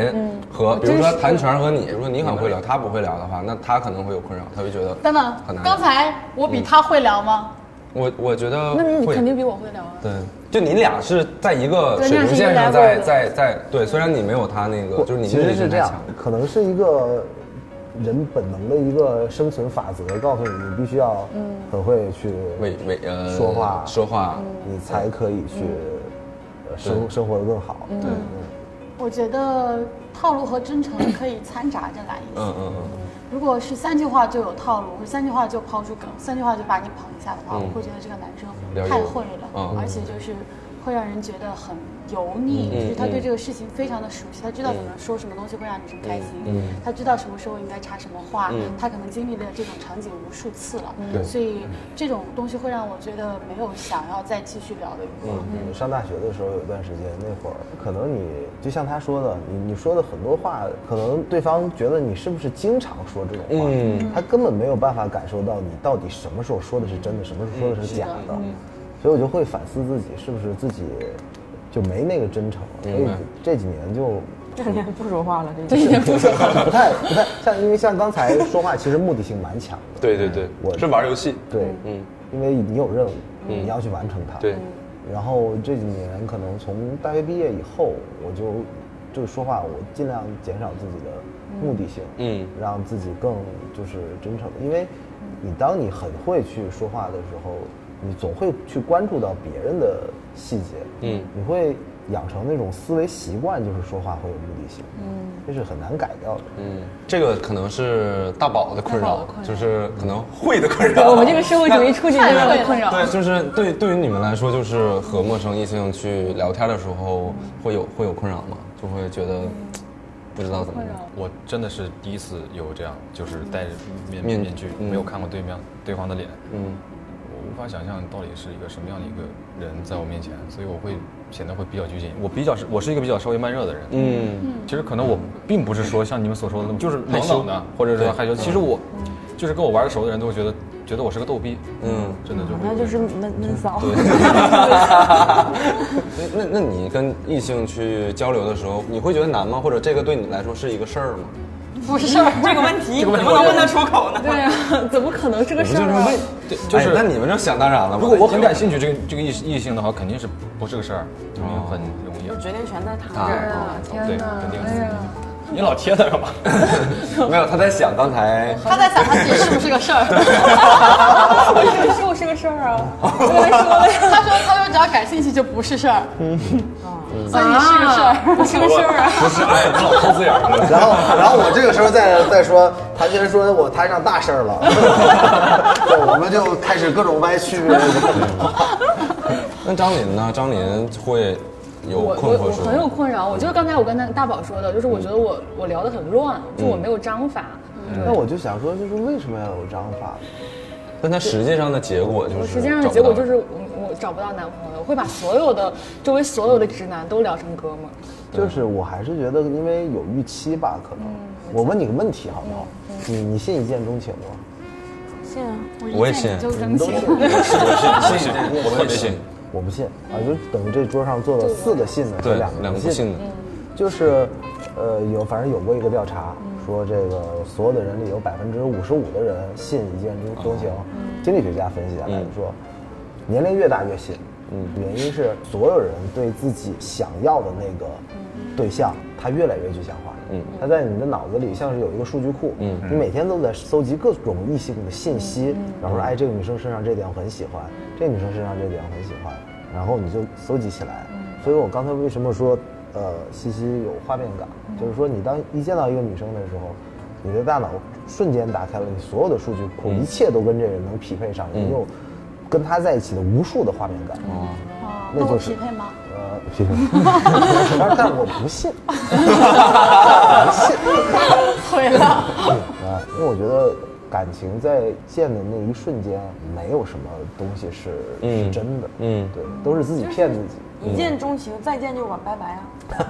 D: 和比如说谭泉和你，如果你很会聊，他不会聊的话，那他可能会有困扰，他会觉得
F: 等等
D: 很，难聊。嗯
F: 刚才我比他会聊吗？
D: 我我觉得
F: 那你
D: 会
F: 肯定比我会聊啊。
D: 对。就你俩是在一个
F: 对
D: 水
F: 那是
D: 平
F: 一
D: 线
F: 个
D: 上
F: level
D: 在，
F: 的
D: 在在对，虽然你没有他那个， 就是你
G: 其
D: 目
G: 实
D: 的
G: 是
D: 性
G: 这
D: 太
G: 样
D: 强，
G: 可能是一个人本能的一个生存法则，告诉你，你必须要很会去
D: 嗯为为呃
G: 说话
D: 说话，
G: 你才可以去呃生生活的更好。对，
F: 我觉得套路和真诚可以掺杂着来一些。
D: 嗯嗯嗯。
F: 如果是三句话就有套路，或者三句话就抛出梗，三句话就把你捧一下的话，
D: 嗯
F: 我会觉得这个男生
D: 了解
F: 太会了，
D: 嗯
F: 而且就是会让人觉得很油腻，
D: 嗯
F: 就是他
D: 嗯
F: 对这个事情非常的熟悉，他知道怎么说什么东西会让女生开心，
D: 嗯
F: 他知道什么时候应该插什么话，他可能经历了这种场景无数次了，
D: 对
F: 所以这种东西会让我觉得没有想要再继续聊的余地。
G: 嗯上大学的时候有一段时间，那会儿可能你就像他说的，你你说的很多话，可能对方觉得你是不是经常说这种话，
D: 嗯
G: 他根本没有办法感受到你到底什么时候说的是真的，什么时候
D: 嗯
G: 说的是假的，所以我就会反思自己是不是自己就没那个真诚，所以
D: 明白
G: 这几年就
A: 这两天不说话了，这
F: 这一点不说，
G: 不太不太像，因为像刚才说话其实目的性蛮强的，
D: 对对对，
G: 我
D: 是玩游戏。
G: 对，
D: 嗯，
G: 因为你有任务，你要去完成它。
D: 对。
G: 然后这几年可能从大学毕业以后，我就就说话，我尽量减少自己的目的性，
D: 嗯
G: 让自己更就是真诚。因为你当你很会去说话的时候，你总会去关注到别人的细节，
D: 嗯
G: 你会养成那种思维习惯，就是说话会有目的性，嗯，这是很难改掉的。
D: 嗯，这个可能是大宝的困
F: 大宝
D: 扰
F: 的困，扰
D: 就是可能会的困扰。
E: 我们这个社会主义出去
F: 太
E: 的
D: 嗯
E: 人，
F: 会了。
D: 对，就是对对于你们来说，就是和陌生异性去聊天的时候，会有会有困扰吗？就会觉得不知道怎么聊。
B: 我真的是第一次有这样，就是
A: 嗯
B: 戴着面
D: 面
B: 面具，
D: 嗯
B: 没有看过对面对方的脸，
D: 嗯，
B: 我无法想象到底是一个什么样的一个人在我面前，所以我会显得会比较拘谨。我比较是，我是一个比较稍微慢热的人，
D: 嗯，
B: 其实可能我并不是说像你们所说的那么就是冷冷的，或者
D: 对
B: 说害羞。其实我就是跟我玩的熟的人都会觉得觉得我是个逗逼，
D: 嗯，
B: 真的就会
A: 那 就是闷闷骚。
D: 那那你跟异性去交流的时候，你会觉得难吗？或者这个对你来说是一个事儿吗？
A: 不是这个问题，怎么能问得出口呢？
E: 对呀、啊 怎么可能这个事儿、啊？
B: 对，就
D: 哎
B: 是
D: 那你们这想当然了吧。
B: 如果我很 感兴趣这个这个异异性的话，肯定是不是个事儿，因为很容易。
A: 决定权在他这儿。啊
B: 对，肯定
A: 哎
B: 是。你老贴他干嘛？
D: 没有，他在想刚才
F: 他在想他自己是不是个 事儿。
E: 我以为是我是个事儿啊，我跟他说了呀。
F: 他说他说只要感兴趣就不是事儿，
D: 嗯
F: 嗯所以你是个事儿，不是个事儿啊。
B: 不是，哎，你老抠字眼 儿了。
H: 然后，然后我这个时候再再说，他居然说我摊上大事儿了，对我们就开始各种歪曲。
D: 那张琳呢？张琳会有
E: 我
D: 困
E: 我
D: 惑
E: 我
D: 说
E: 很有困扰，我就是刚才我跟那大宝说的，就是
I: 嗯
E: 我觉得我我聊得很乱，就我没有章法。
G: 那我就想说，就是为什么要有章法？
D: 但他实际上的结果就是
E: 我实际上的结果就是我我找不到男朋友，会把所有的周围所有的直男都聊成哥们儿。
G: 就是我还是觉得，因为有预期吧，可能。我问你个问题好不好？你你信一见钟情吗？
A: 信啊，
D: 我也信，
F: 就争取。
B: 信信，我特别信。
G: 我不信啊，就等于这桌上坐了四个信的，
D: 对
G: 有两个
D: 两个
G: 不
D: 不
G: 信
D: 信
G: 的
D: 的。
G: 就是，呃，有反正有过一个调查，说这个所有的人里有百分之五十五的人信一见钟钟情。心哦理学家分析下
D: 嗯
G: 来说，年龄越大越信。嗯，原因是所有人对自己想要的那个对象，他越来越具象化。嗯，他在你的脑子里像是有一个数据库。嗯，你每天都在搜集各种异性的信息，然后说，哎，这个女生身上这点我很喜欢，这个女生身上这点我很喜欢，然后你就搜集起来。所以我刚才为什么说，呃，西西有画面感，就是说你当一见到一个女生的时候，你的大脑瞬间打开了你所有的数据库，一切都跟这个人能匹配上，你有跟他在一起的无数的画面感。那
F: 哦那我
G: 就是
F: 匹配吗？
G: 呃，匹配，但但我不 信，我不信。
F: 毁了。
G: 啊，因为我觉得感情在见的那一瞬间，没有什么东西是、是真的，嗯，对，都是自己骗自己。
A: 一见钟情，再见就晚，拜拜 啊！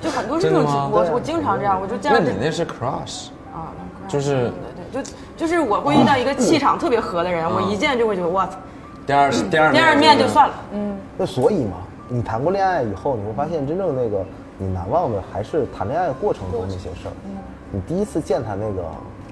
A: 就很多这
D: 真的
A: 种
D: 吗
A: 情，我我经常这样，我就见
D: 那
A: 到
D: 你那是 crush，
A: 啊，
D: 就是
A: 对对，就就是我会遇到一个气场特别合的人，我一见就会觉得哇塞，
D: 第二第二
A: 第二面就算
D: 了。
A: 了。
G: 那所以嘛，你谈过恋爱以后，你会发现真正那个你难忘的还是谈恋爱过程中那些事儿。你第一次见他那个，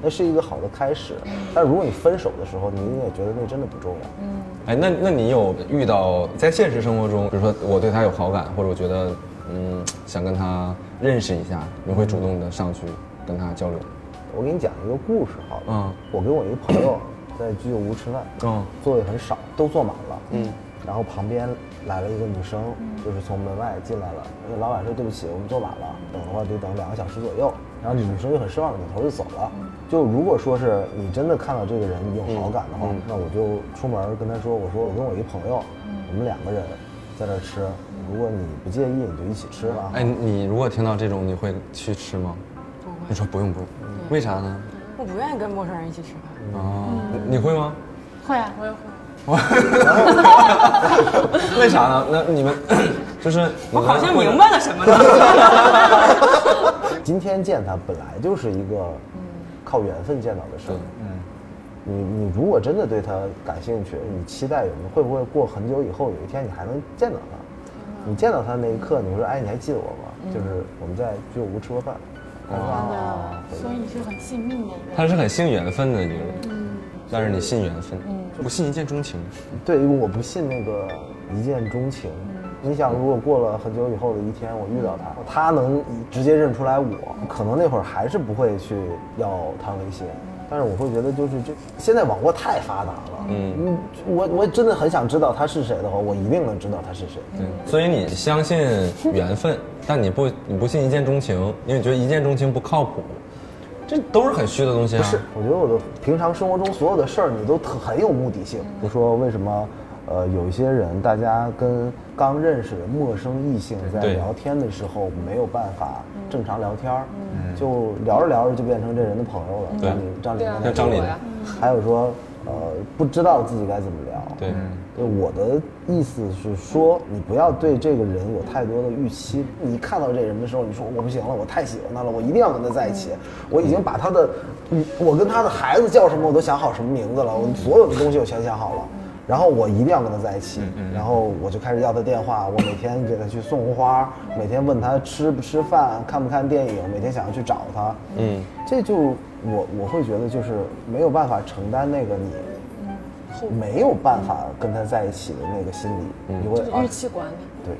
G: 那是一个好的开始。但如果你分手的时候，你也觉得那真的不重要。
D: 哎，那那你有遇到在现实生活中，比如说我对他有好感，或者我觉得嗯想跟他认识一下，你会主动的上去跟他交流？
G: 我给你讲一个故事好了。
D: 嗯
G: 我跟我一个朋友 在居酒屋吃饭，
D: 嗯
G: 座位很少，都坐满了。嗯，然后旁边来了一个女生，就是从门外进来了。那个老板说：“对不起，我们坐满了，等的话得等两个小时左右。”然后女生就很失望，扭头就走了。就如果说是你真的看到这个人你有好感的话，
D: 嗯
G: 那我就出门跟他说：“我说我跟我一朋友，我们两个人在这儿吃，如果你不介意，你就一起吃吧。”
D: 哎，你如果听到这种，你会去吃吗？你说不用不用，为啥呢？
A: 我不愿意跟陌生人一起吃饭。
D: 哦，你你会吗？
F: 会啊，我也会。
D: 为啥呢？那你们就是你
A: 我
D: 们
A: 好像
D: 会
A: 明白了什么呢？
G: 今天见他本来就是一个靠缘分见到的事儿。嗯，你你如果真的对他感兴趣，你期待有会不会过很久以后有一天你还能见到他？你见到他那一刻，你说哎，你还记得我吗？就是我们在居酒屋吃过饭。啊
F: 所以你是很信命的人。
D: 他是很信缘分的一个人，但是你信缘分，不信一见钟情。
G: 对，因为我不信那个一见钟情。你想，如果过了很久以后的一天，我遇到他，他能直接认出来我，可能那会儿还是不会去要他微信，但是我会觉得就是这现在网络太发达了，嗯，我我真的很想知道他是谁的话，我一定能知道他是谁。
D: 对，所以你相信缘分，但你不你不信一见钟情，因为你觉得一见钟情不靠谱，这都是很虚的东西啊。
G: 不是，我觉得我的平常生活中所有的事儿，你都特很有目的性。我说为什么？呃，有一些人，大家跟刚认识的陌生异性在
D: 对
G: 聊天的时候没有办法正常聊天儿，就聊着聊着就变成这人的朋友了。
D: 对
G: 张琳，
D: 像张琳，
G: 还有说，呃，不知道自己该怎么聊。
D: 对，
G: 对，我的意思是说，你不要对这个人有太多的预期。你看到这人的时候，你说我不行了，我太喜欢他了，我一定要跟他在一起。我已经把他的，嗯我跟他的孩子叫什么我都想好什么名字了，我所有的东西我全想好了。然后我一定要跟他在一起，然后我就开始要他电话，我每天给他去送红花，每天问他吃不吃饭，看不看电影，每天想要去找他，嗯，这就我我会觉得就是没有办法承担那个你。没有办法跟他在一起的那个心理，
D: 嗯
G: 你会啊
I: 预期管理。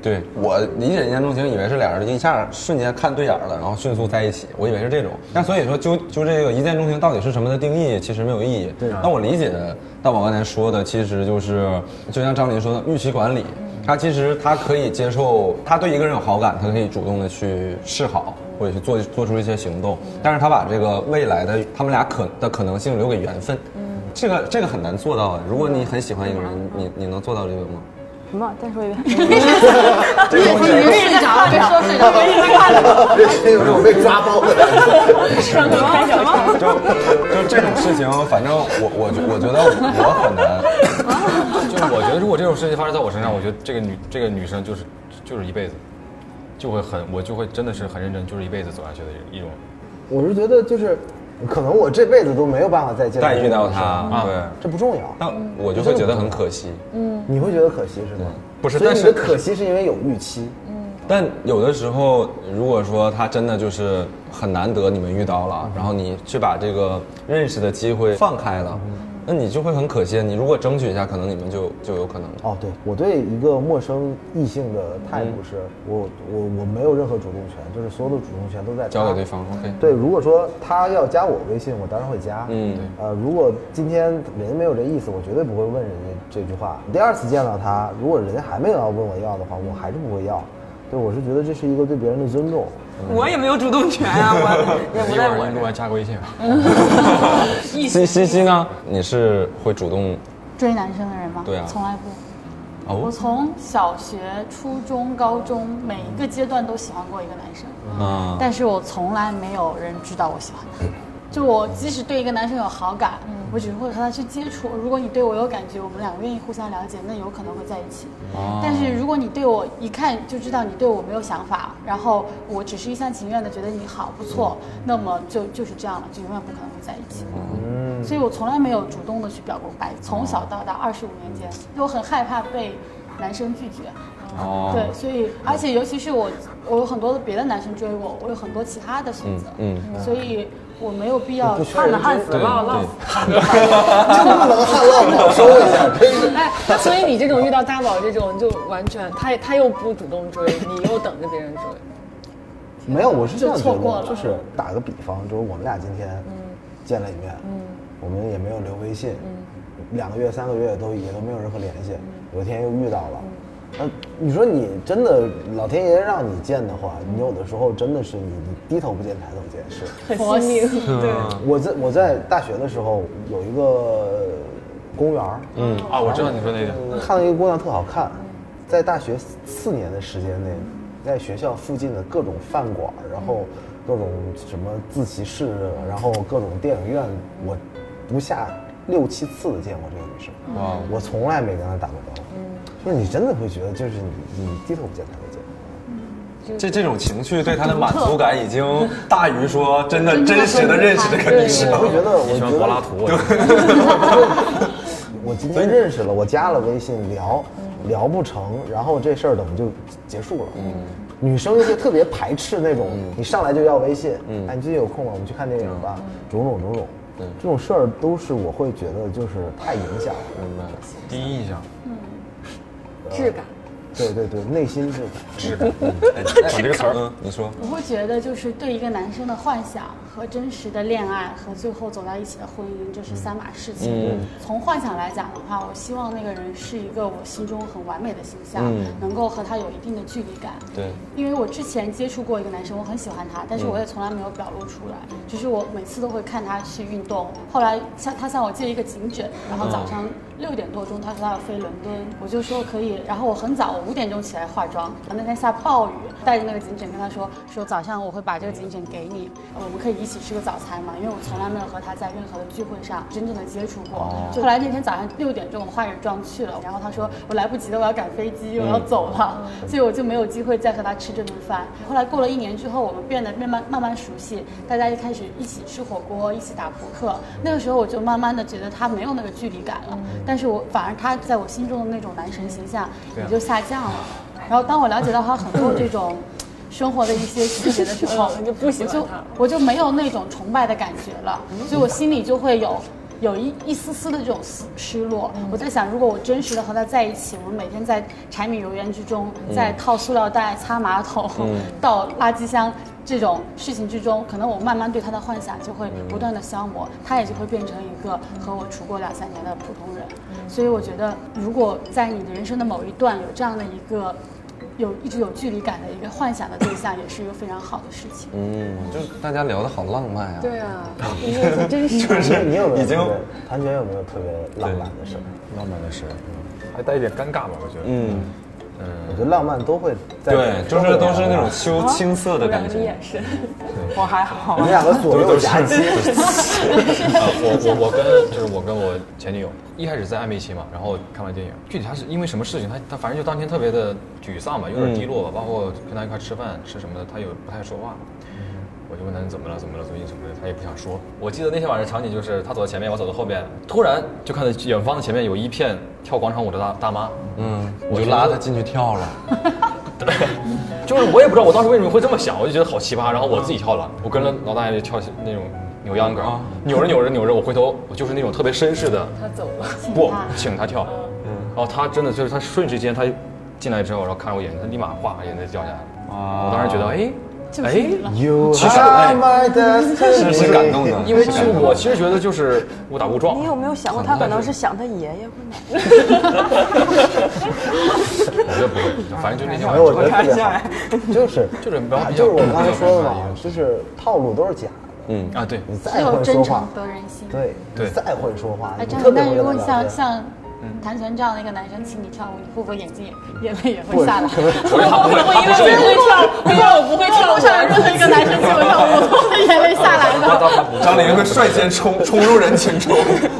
D: 对我理解一见钟情，以为是俩人一下瞬间看对眼了，然后迅速在一起，我以为是这种。那所以说就，就这个一见钟情到底是什么的定义，其实没有意义。对，啊那我理解大宝刚才说的，其实就是就像张琳说的预期管理，他其实他可以接受，他对一个人有好感，他可以主动的去示好，或者去做做出一些行动，但是他把这个未来的他们俩可的可能性留给缘分。这个这个很难做到啊！如果你很喜欢一个人，你你能做到这个吗？
A: 什么？再说一遍。
I: 你也你也睡着了，别说睡着了。
H: 这有种被抓包的感觉。
D: 就就这种事情，反正我我觉我觉得我很难。
B: 就是我觉得，如果这种事情发生在我身上，我觉得这个女这个女生就是就是一辈子，就会很我就会真的是很认真，就是一辈子走下去的一种
G: 我是觉得就是，可能我这辈子都没有办法再见
D: 再
G: 这
D: 遇
G: 种
D: 到
G: 人
D: 他，对，
G: 这不重要，
D: 那我就会觉得很可惜。
I: 嗯
G: 你会觉得可惜是吗？
B: 不是
G: 所以
B: 但
G: 你
B: 是
G: 的可惜是因为有预期，
I: 嗯
D: 但有的时候，如果说他真的就是很难得你们遇到了，然后你去把这个认识的机会放开了，那你就会很可惜。你如果争取一下，可能你们就就有可能。
G: 哦，对我对一个陌生异性的态度是，
D: 嗯
G: 我我我没有任何主动权，就是所有的主动权都在他
D: 交给对。方，OK。
G: 对，如果说他要加我微信，我当然会加。
D: 嗯
G: 嗯，呃，如果今天人家没有这意思，我绝对不会问人家这句话。第二次见到他，如果人家还没有要问我要的话，我还是不会要。对，我是觉得这是一个对别人的尊重。
A: 我也没有主动权啊， 我也
B: 一
A: 不
B: 会
A: 在
B: 儿
A: 我
B: 你录完加个微信吧。
D: 西西西呢？你是会主动
F: 追男生的人吗？
D: 对啊
F: 从来不。我
D: 哦
F: 从小学、初中、高中每一个阶段都喜欢过一个男生，
D: 啊？
F: 但是我从来没有人知道我喜欢他。就我即使对一个男生有好感，我只是会和他去接触。如果你对我有感觉，我们俩愿意互相了解，那有可能会在一起。但是如果你对我一看就知道你对我没有想法，然后我只是一厢情愿的觉得你好不错，那么就就是这样了，就永远不可能会在一起。
D: 嗯
F: 所以我从来没有主动的去表过白，从小到大二十五年间，因为我很害怕被男生拒绝。
D: 哦
F: 对，所以而且尤其是我，我有很多别的男生追我，我有很多其他的选择，
D: 嗯
F: 所以我没有必要
G: 不
F: 去。
G: 需要人
A: 旱
G: 追
A: 死涝涝死。
H: 就不能旱涝保收一下？真 是
I: 哎，所以你这种遇到大宝这种，就完全他他又不主动追，你又等着别人追，
G: 没有，我是这样觉
F: 就错过
G: 得，
F: 了嗯
G: 就是打个比方，就是我们俩今天见了一面，我们也没有留微信，两个月、三个月都也都没有任何联系，
F: 嗯
G: 有一天又遇到了，那你说你真的老天爷让你见的话，
F: 嗯
G: 你有的时候真的是你你低头不见抬头见，是。
I: 很惜命。
G: 我在我在大学的时候有一个公园，嗯，
B: 啊，我知道你 说那个，
G: 看到一个姑娘特好看，在大学四年的时间内，在学校附近的各种饭馆，然后各种什么自习室，然后各种电影院，我不下六七次的见过这个女生。哇！
B: 哦
G: 我从来没跟她打过招呼，就是你真的会觉得，就是你你低头不见抬头见。
D: 这这种情绪对他的满足感已经大于说真的真实的认识这个女生
G: 我。会觉得，我
B: 你喜
G: 觉
D: 嗯
B: 欢
G: 得
B: 柏拉图， 我
G: 我今天认识了，我加了微信聊，聊不成，然后这事儿等就结束了。
D: 嗯
G: 女生就特别排斥那种，你上来就要微信，
D: 嗯
G: 哎，你最近有空吗？我们去看电影吧，种种种种，这种事儿都是我会觉得就是太影响了。
D: 明白了
B: 第一 印象，
I: 质感，
G: 对对对，内 心质感，质感。
D: 哎哎这个词儿，嗯，你说
F: 我会觉得，就是对一个男生的幻想和真实的恋爱和最后走到一起的婚姻，
D: 嗯
F: 这是三码事情。从幻想来讲的话，我希望那个人是一个我心中很完美的形象，能够和他有一定的距离感。
D: 嗯对，
F: 因为我之前接触过一个男生，我很喜欢他，但是我也从来没有表露出来，只是我每次都会看他去运动。后来向他向我借一个颈枕，然后早上六点多钟，他说他要飞伦敦，我就说可以。然后我很早，我五点钟起来化妆，那天下暴雨，带着那个颈枕跟他说说早上我会把这个颈枕给你，我们可以一一起吃个早餐嘛，因为我从来没有和他在任何的聚会上真正的接触过。就后来那天早上六点钟我化着妆去了，然后他说我来不及了，我要赶飞机，我要
I: 嗯
F: 走了，所以我就没有机会再和他吃这顿饭。后来过了一年之后，我们变得慢慢慢慢熟悉，大家就开始一起吃火锅，一起打扑克。那个时候我就慢慢的觉得他没有那个距离感
I: 嗯
F: 了，但是我反而他在我心中的那种男神形象
I: 啊
F: 也就下降了。然后当我了解到他很多这种。生活的一些细节的时 候，
I: 嗯你就不喜欢
F: 我就
I: 他
F: 我就没有那种崇拜的感觉了，所以我心里就会有。有一一丝丝的这种失失落，我在想，如果我真实的和他在一起，我们每天在柴米油盐之中，在套塑料袋、擦马桶、倒垃圾箱这种事情之中，可能我慢慢对他的幻想就会不断的消磨，他也就会变成一个和我处过两三年的普通人。所以我觉得，如果在你的人生的某一段有这样的一个有一直有距离感的一个幻想的对象，也是一个非常好的事情。
D: 嗯，就是大家聊的好浪漫呀、
I: 对啊，你也真是
D: 就是
G: 你有没有
D: 已经
G: 特别谭泉有没有特别浪漫的事儿？
B: 浪漫的事，还带一点尴尬吧，我觉得。
D: 嗯，
G: 我觉得浪漫都会在
D: 对，就是都是那种秋青涩的感
I: 两个
D: 觉
I: 眼。神，
A: 我还好
G: 你，们两个左右 夹击，
B: 啊，我我我跟就是我跟我前女友一开始在暧昧期嘛，然后看完电影，具体她是因为什么事情，她她反正就当天特别的沮丧吧，有点低
D: 嗯
B: 落吧，包括跟她一块吃饭吃什么的，她也不太说话。
D: 嗯
B: 我就问她你怎么了怎么了最近什么的，她也不想说。我记得那天晚上场景就是她走到前面，我走到后边，突然就看到远方的前面有一片跳广场舞的大大妈，
D: 嗯，我
B: 我
D: 就
B: 觉
D: 拉
B: 得
D: 他进去跳了。
B: 就是我也不知道我当时为什么会这么想，我就觉得好奇葩，然后我自己跳了，我跟着老大爷跳那种扭秧歌
D: 嗯啊，
B: 扭着扭着扭着，我回头我就是那种特别绅士的。
I: 他走了，
B: 不
F: 啊
B: 请他跳，
D: 嗯
B: 然后他真的就是他瞬时间他进来之后，然后看了我一眼，他立马哗眼泪掉下来了。
D: 啊
B: 我当时觉得，哎，哎，
G: You
B: 其实
G: are my
D: 是
G: destiny，
D: 是感动的
B: 因为就是我其实觉得就是误打误撞
A: 你，有没有想过他可能是想他爷爷或者？
B: 我觉得不会，反正就那天
G: 反
B: 晚
G: 哎正我觉得特别好，就
B: 上
G: 是啊
B: 就是不要比
G: 就
B: 较
G: 是我刚才说的
B: 不要比
G: 嘛，
B: 较
G: 就是套路都是假的，
D: 嗯，
B: 啊，对，
G: 你
F: 只
G: 再
F: 有
G: 会
F: 真
G: 说
F: 诚
G: 话，
F: 得人心。
G: 对，
B: 对
G: 你再会说话，
F: 哎，
G: 你
F: 张
G: 特
F: 琳，
G: 别
F: 但
G: 会
F: 如果
G: 跟
F: 你
G: 他聊
F: 像
G: 天。
F: 像谭泉这样的一个男生请你跳舞，你会不会眼睛也眼泪也会下来？
B: 不是他不会，他不是
F: 因为
B: 那种，
F: 我不会跳，如果我不会跳舞，上有任何一个男生请我跳舞，我都会眼泪下来的。
D: 张琳会率先冲冲入人群中，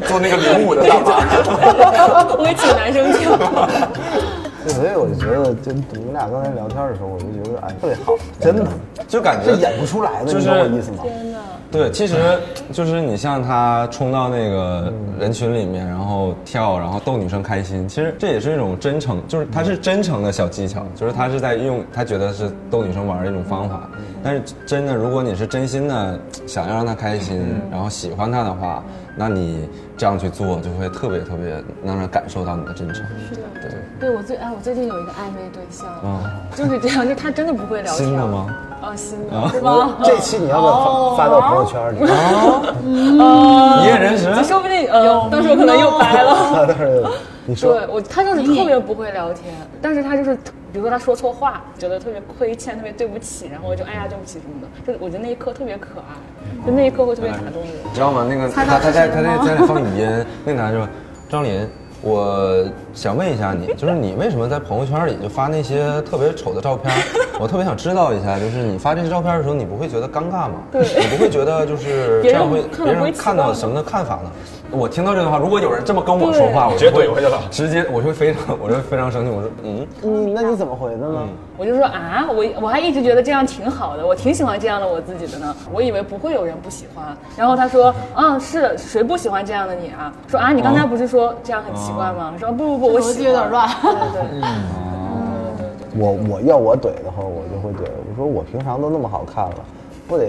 D: 做那个领舞的大妈。
I: 我也请男生跳。
G: 对所以我就觉得，就你们俩刚才聊天的时候，我就觉得哎特别好， 真的
D: 就感觉
G: 这演不出来的，
D: 就是
G: 你懂我意思吗？
D: 对，其实就是你像他冲到那个人群里面，然后跳，然后逗女生开心，其实这也是一种真诚，就是他是真诚的小技巧，就是他是在用他觉得是逗女生玩的一种方法。但是真的，如果你是真心的想要让她开心，然后喜欢她的话，那你这样去做就会特别特别能让人感受到你的真诚。
I: 对我最哎，我最近有一个暧昧对象，就是这样，就他真的不会聊 天。
D: 嗯新的？吗？
I: 啊，新的，对
G: 我
I: 吧？
G: 这期你要不
F: 哦
G: 要发发到朋友圈里？
D: 一夜人
I: 就
D: 时。
I: 说不定呃，到时候可能又掰了。
G: 啊，但是
F: 哦
G: 你说
I: 对我，他就是特别不会聊天，但是他就是，比如说他说错话，觉得特别亏欠，特别对不起，然后我就哎呀对不起什么的，就是我觉得那一刻特别可爱，就那一刻会特别
D: 嗯
I: 打动人。
D: 你知道吗？那个他他在他在家里放语音，那男的说：“张琳，我想问一下你，就是你为什么在朋友圈里就发那些特别丑的照片？ 我特别想知道一下，就是你发这些照片的时候，你不会觉得尴尬吗？对，你不会觉得就是这样会别
I: 别人看了不会
D: 人
I: 奇
D: 看
I: 怪
D: 到
I: 吗
D: 什么的看法呢？”我听到这句话，如果有人这么跟我说话，我就
B: 直接怼回去了
D: 直接我就会非常，我就会非常生气。我说：“嗯，
G: 你那你怎么回的呢？
I: 我就说啊，我我还一直觉得这样挺好的，我挺喜欢这样的我自己的呢。我以为不会有人不喜欢。然后他说，嗯，是谁不喜欢这样的你啊？说啊，你刚
D: 哦
I: 才不是说这样很奇怪吗？说不不不，我
F: 逻
I: 喜
F: 辑
I: 欢。
F: 有点乱。
I: 对对对，
G: 我我要我怼的话，我就会怼，我说我平常都那么好看了，不得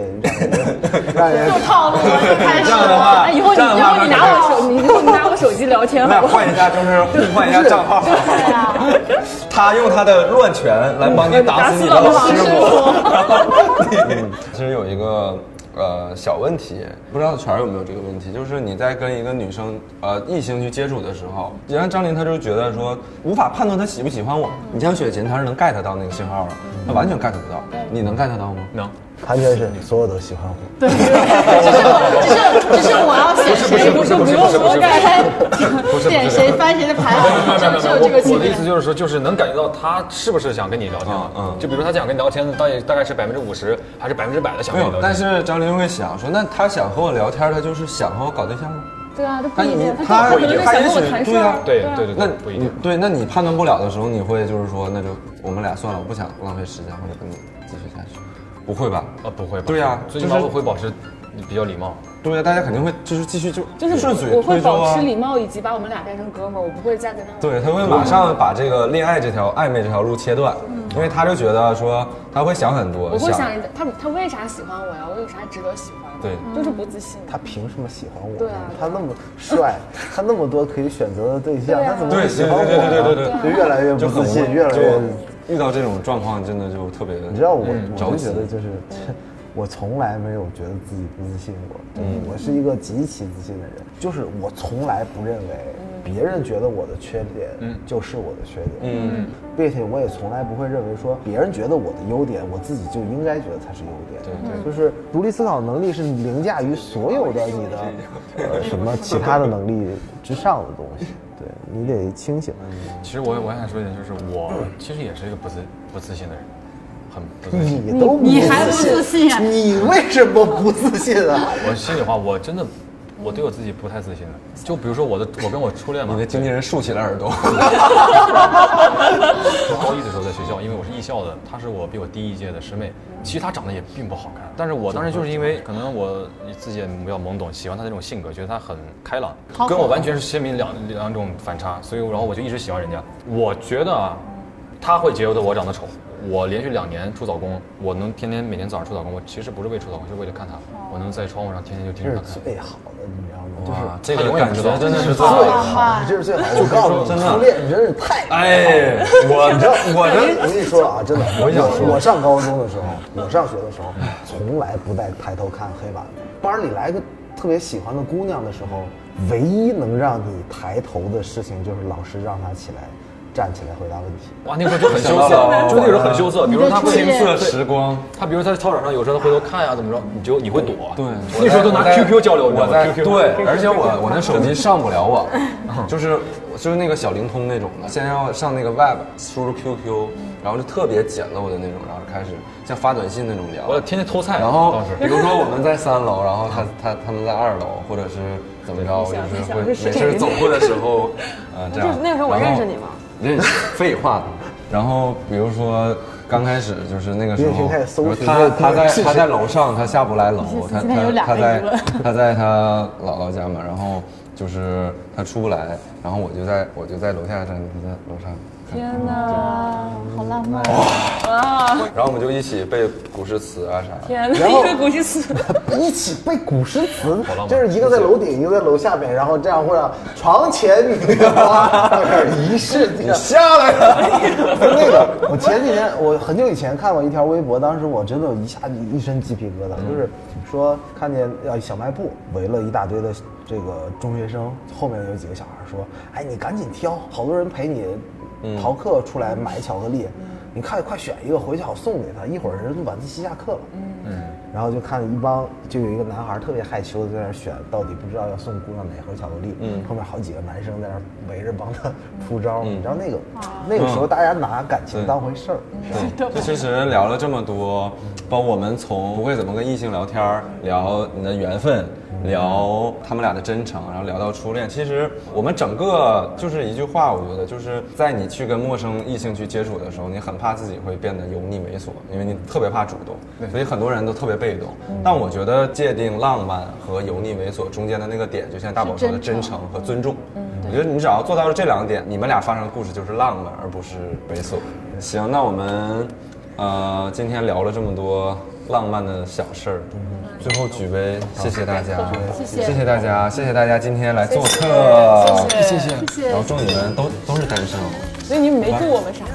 G: 让 人让人
F: 又套路了，又开
D: 这
F: 始
D: 样的
F: 了。
D: 话，
I: 哎，以后你
D: 这样的
I: 以
D: 话
I: 后你拿我手，你以后你拿我手机聊天
D: 咱
I: 好
D: 俩
I: 不好？
D: 换一下，就是互换一下账号。
F: 对呀，
D: 他用他的乱拳来帮你打死你的老师傅。 然后你其实有一个呃小问题，不知道全儿有没有这个问题，就是你在跟一个女生呃异性去接触的时候，你像张琳，她就觉得说无法判断她喜不喜欢我。你像雪琴，她是能 get 到那个信号的，她完全 get 不到。你能 get 到吗？
B: 能，
G: 谭先生，你所有都喜欢我。
F: 对，只是只是只是我要选谁，
B: 不是
F: 说
B: 不是
F: 用
B: 不是不是
F: 我
B: 不
F: 该
B: 是
F: 点谁翻谁的牌，
B: 没有没有
F: 只有
B: 没
F: 这个
B: 有，我
F: 区
B: 我的意
F: 别。
B: 思就是说，就是能感觉到他是不是想跟你聊天了。
D: 嗯嗯
B: 就比如说他想跟你聊天，大概大概是百分之五十还是百分之百的想
D: 没
B: 跟你
D: 有
B: 聊天。，
D: 但是张琳会想说，那他想和我聊天，他就是想和我搞对象吗？
I: 对啊，他不
D: 他
I: 一
D: 你
I: 定，
D: 他
I: 可能是
D: 他
I: 想
D: 也
I: 跟我
D: 许
I: 谈事
D: 对啊
I: 儿。
B: 对对对
D: 那
B: 对，不一定
D: 你。对，那你判断不了的时候，你会就是说，那就我们俩算了，我不想浪费时间，或者跟你继续下去，不会吧？
B: 啊，不会吧？
D: 对呀
B: 所以
D: 就
B: 你
D: 是
B: 们会保持比较礼貌。
D: 对啊呀，大家肯定会就是继续就
I: 就是
D: 顺水
I: 我会
D: 推舟
I: 保
D: 啊
I: 持。嗯礼貌，以及把我们俩变成哥们儿，我不会再跟他。
D: 对，他会马上把这个恋爱这条暧昧这条路切断，因为他就觉得说他会想很多，
I: 嗯我会想人家他他为啥喜欢我呀？我有啥值得喜欢的？
D: 对
I: 就是不自信。
G: 他凭什么喜欢我？
I: 嗯对啊
G: 他那么 帅，他那么多可以选择的对象，
I: 对啊
G: 他怎么
D: 对
G: 会喜欢我呢？
D: 对对对对对
G: 就越来越
D: 就
G: 不
D: 很
G: 自
D: 无
G: 信，越来越……
D: 就遇到这种状况真的就特别的，
G: 你知道我，我
D: 着
G: 就
D: 急
G: 觉得就是， 我从来没有觉得自己不自信过。我是一个极其自信的人，就是我从来不认为别人觉得我的缺点就是我的缺点。嗯，并且我也从来不会认为说别人觉得我的优点，我自己就应该觉得才是优点。对对，就是独立思考能力是凌驾于所有的你 的呃什么其他的能力之上的东 西。对你得清醒。
B: 其实我我还想说一点，就是我
D: 嗯
B: 其实也是一个不自不自信的人，很不自信。
G: 你都
F: 你还不自信啊
G: 你为什么不自信啊？
D: 嗯
B: 我心里话，我真的我对我自己不太自信的。就比如说我的，我跟我初恋嘛
D: 你的，经纪人竖起了耳朵，
B: 我高一的时候在学校，因为我是艺校的，她是我比我低一届的师妹，其实她长得也并不好看，但是我当时就是因为可能我自己也比较懵懂，喜欢她那种性格，觉得她很开朗，跟我完全是鲜明两两种反差，所以然后我就一直喜欢人家。我觉得啊，她会觉得我长得丑。我连续两年出早工，我能天天每天早上出早工，我其实不是为出早工，是为了看她。我能在窗户上天天就盯
G: 这
B: 着
G: 是哎
B: 她看。啊
G: 最好的，你知道吗？嗯就是
D: 这
B: 他
D: 个
B: 永远
D: 感
B: 不
D: 觉
B: 知道
D: 真的是最
G: 最
D: 好。
G: 好的，这是最好的。我告诉
D: 真
G: 你，
D: 的
G: 初恋你真是太……
D: 哎，我
G: 你 知道，我这我跟你说啊，真的，我
D: 也想说
G: 我上高中的时候，我上学的时候，从来不带抬头看黑板的。班里来个特别喜欢的姑娘的时候，唯一能让你抬头的事情就是老师让她起来站起来回答问题。
B: 哇，那个时候就很羞涩，
D: 想到
B: 啊
D: 了
B: 就那个时候很羞涩。比如说他会
D: 青 涩时光。
B: 他比如他在操场上，有时候他回头看啊呀、怎么着，你就你会躲。
D: 对，
B: 那时候都拿
D: 我在
B: QQ 交流，你知道
D: 我
B: 吗
D: 在
B: ？QQ
D: 对，而且我我那手机上不了网，就是就是那个小灵通那种的，先要上那个 Web 输入 QQ，然后就特别简陋的那种，然后就开始像发短信那种聊。
B: 我天天偷 菜，
D: 然
B: 当
D: 后
B: 时
D: 比如说我们在三楼，然后他他他们在二楼，或者是怎么着，我就是会没事走路的时候， 呃这样
A: 就。那个时候我
D: 然后
A: 认识你吗？
D: 认识，废 话。然后比如说刚开始就是那个时
G: 你已经
D: 候
G: 开始搜，寻
D: 他
G: 这个
D: 他在
G: 是谁
D: 他在楼上，他下不来楼，他
F: 现在有
D: 他他
F: 两个
D: 在
F: 疑问
D: 他在他姥姥家嘛，然后就是他出不来，然后我就在我就在楼下站，他在楼上。
I: 天哪！
F: 好浪漫，
D: 然后我们就一起背古诗词啊啥的。
I: 天哪！因为古巨基，
G: 一起背古诗词
B: 浪漫，
G: 就是一个在楼顶，一个在楼下边，然后这样会让床前明月 光，一世你下来了。不是那个，我前几天我很久以前看过一条微博，当时我真的一下一身鸡皮疙瘩，就是说看见要小卖部围了一大堆的这个中学生，后面有几个小孩说：“哎，你赶紧挑，好多人陪你逃课出来买巧克力。”你看，快选一个回去好送给他。一会儿人晚自习下课了，然后就看一帮，就有一个男孩特别害羞的在那儿选，到底不知道要送姑娘哪盒巧克力。嗯，后面好几个男生在那儿围着帮他出招。你知道那个那个时候大家拿感情当回事儿，
D: 对，其实聊了这么多，包括我们从不会怎么跟异性聊天儿，聊你的缘分，聊他们俩的真诚，然后聊到初恋。其实我们整个就是一句话，我觉得就是在你去跟陌生异性去接触的时候，你很怕自己会变得油腻猥琐，因为你特别怕主动，所以很多人都特别被动。但我觉得界定浪漫和油腻猥琐中间的那个点，就像大宝说的真诚嗯和尊重。我觉得你只要做到了这两点，你们俩发生的故事就是浪漫，而不是猥琐。行，那我们呃今天聊了这么多浪漫的小事儿，
I: 嗯
D: 最后举杯，谢谢大家，谢谢谢谢大家，谢谢大家今天来做客，谢谢谢谢，然后祝你们都都是单身哦，
I: 所以你没祝我们啥呀？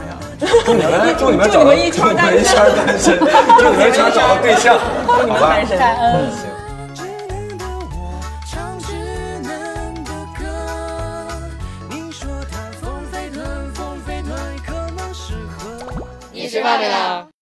D: 祝你们祝你们
I: 祝
D: 找
I: 你
D: 到
I: 们一圈单身
D: 一圈单身，祝你们一圈找到对象，好吧。
F: 感恩。
J: 织女的我，唱稚嫩的歌。你说它风飞轮，风飞轮可能适合。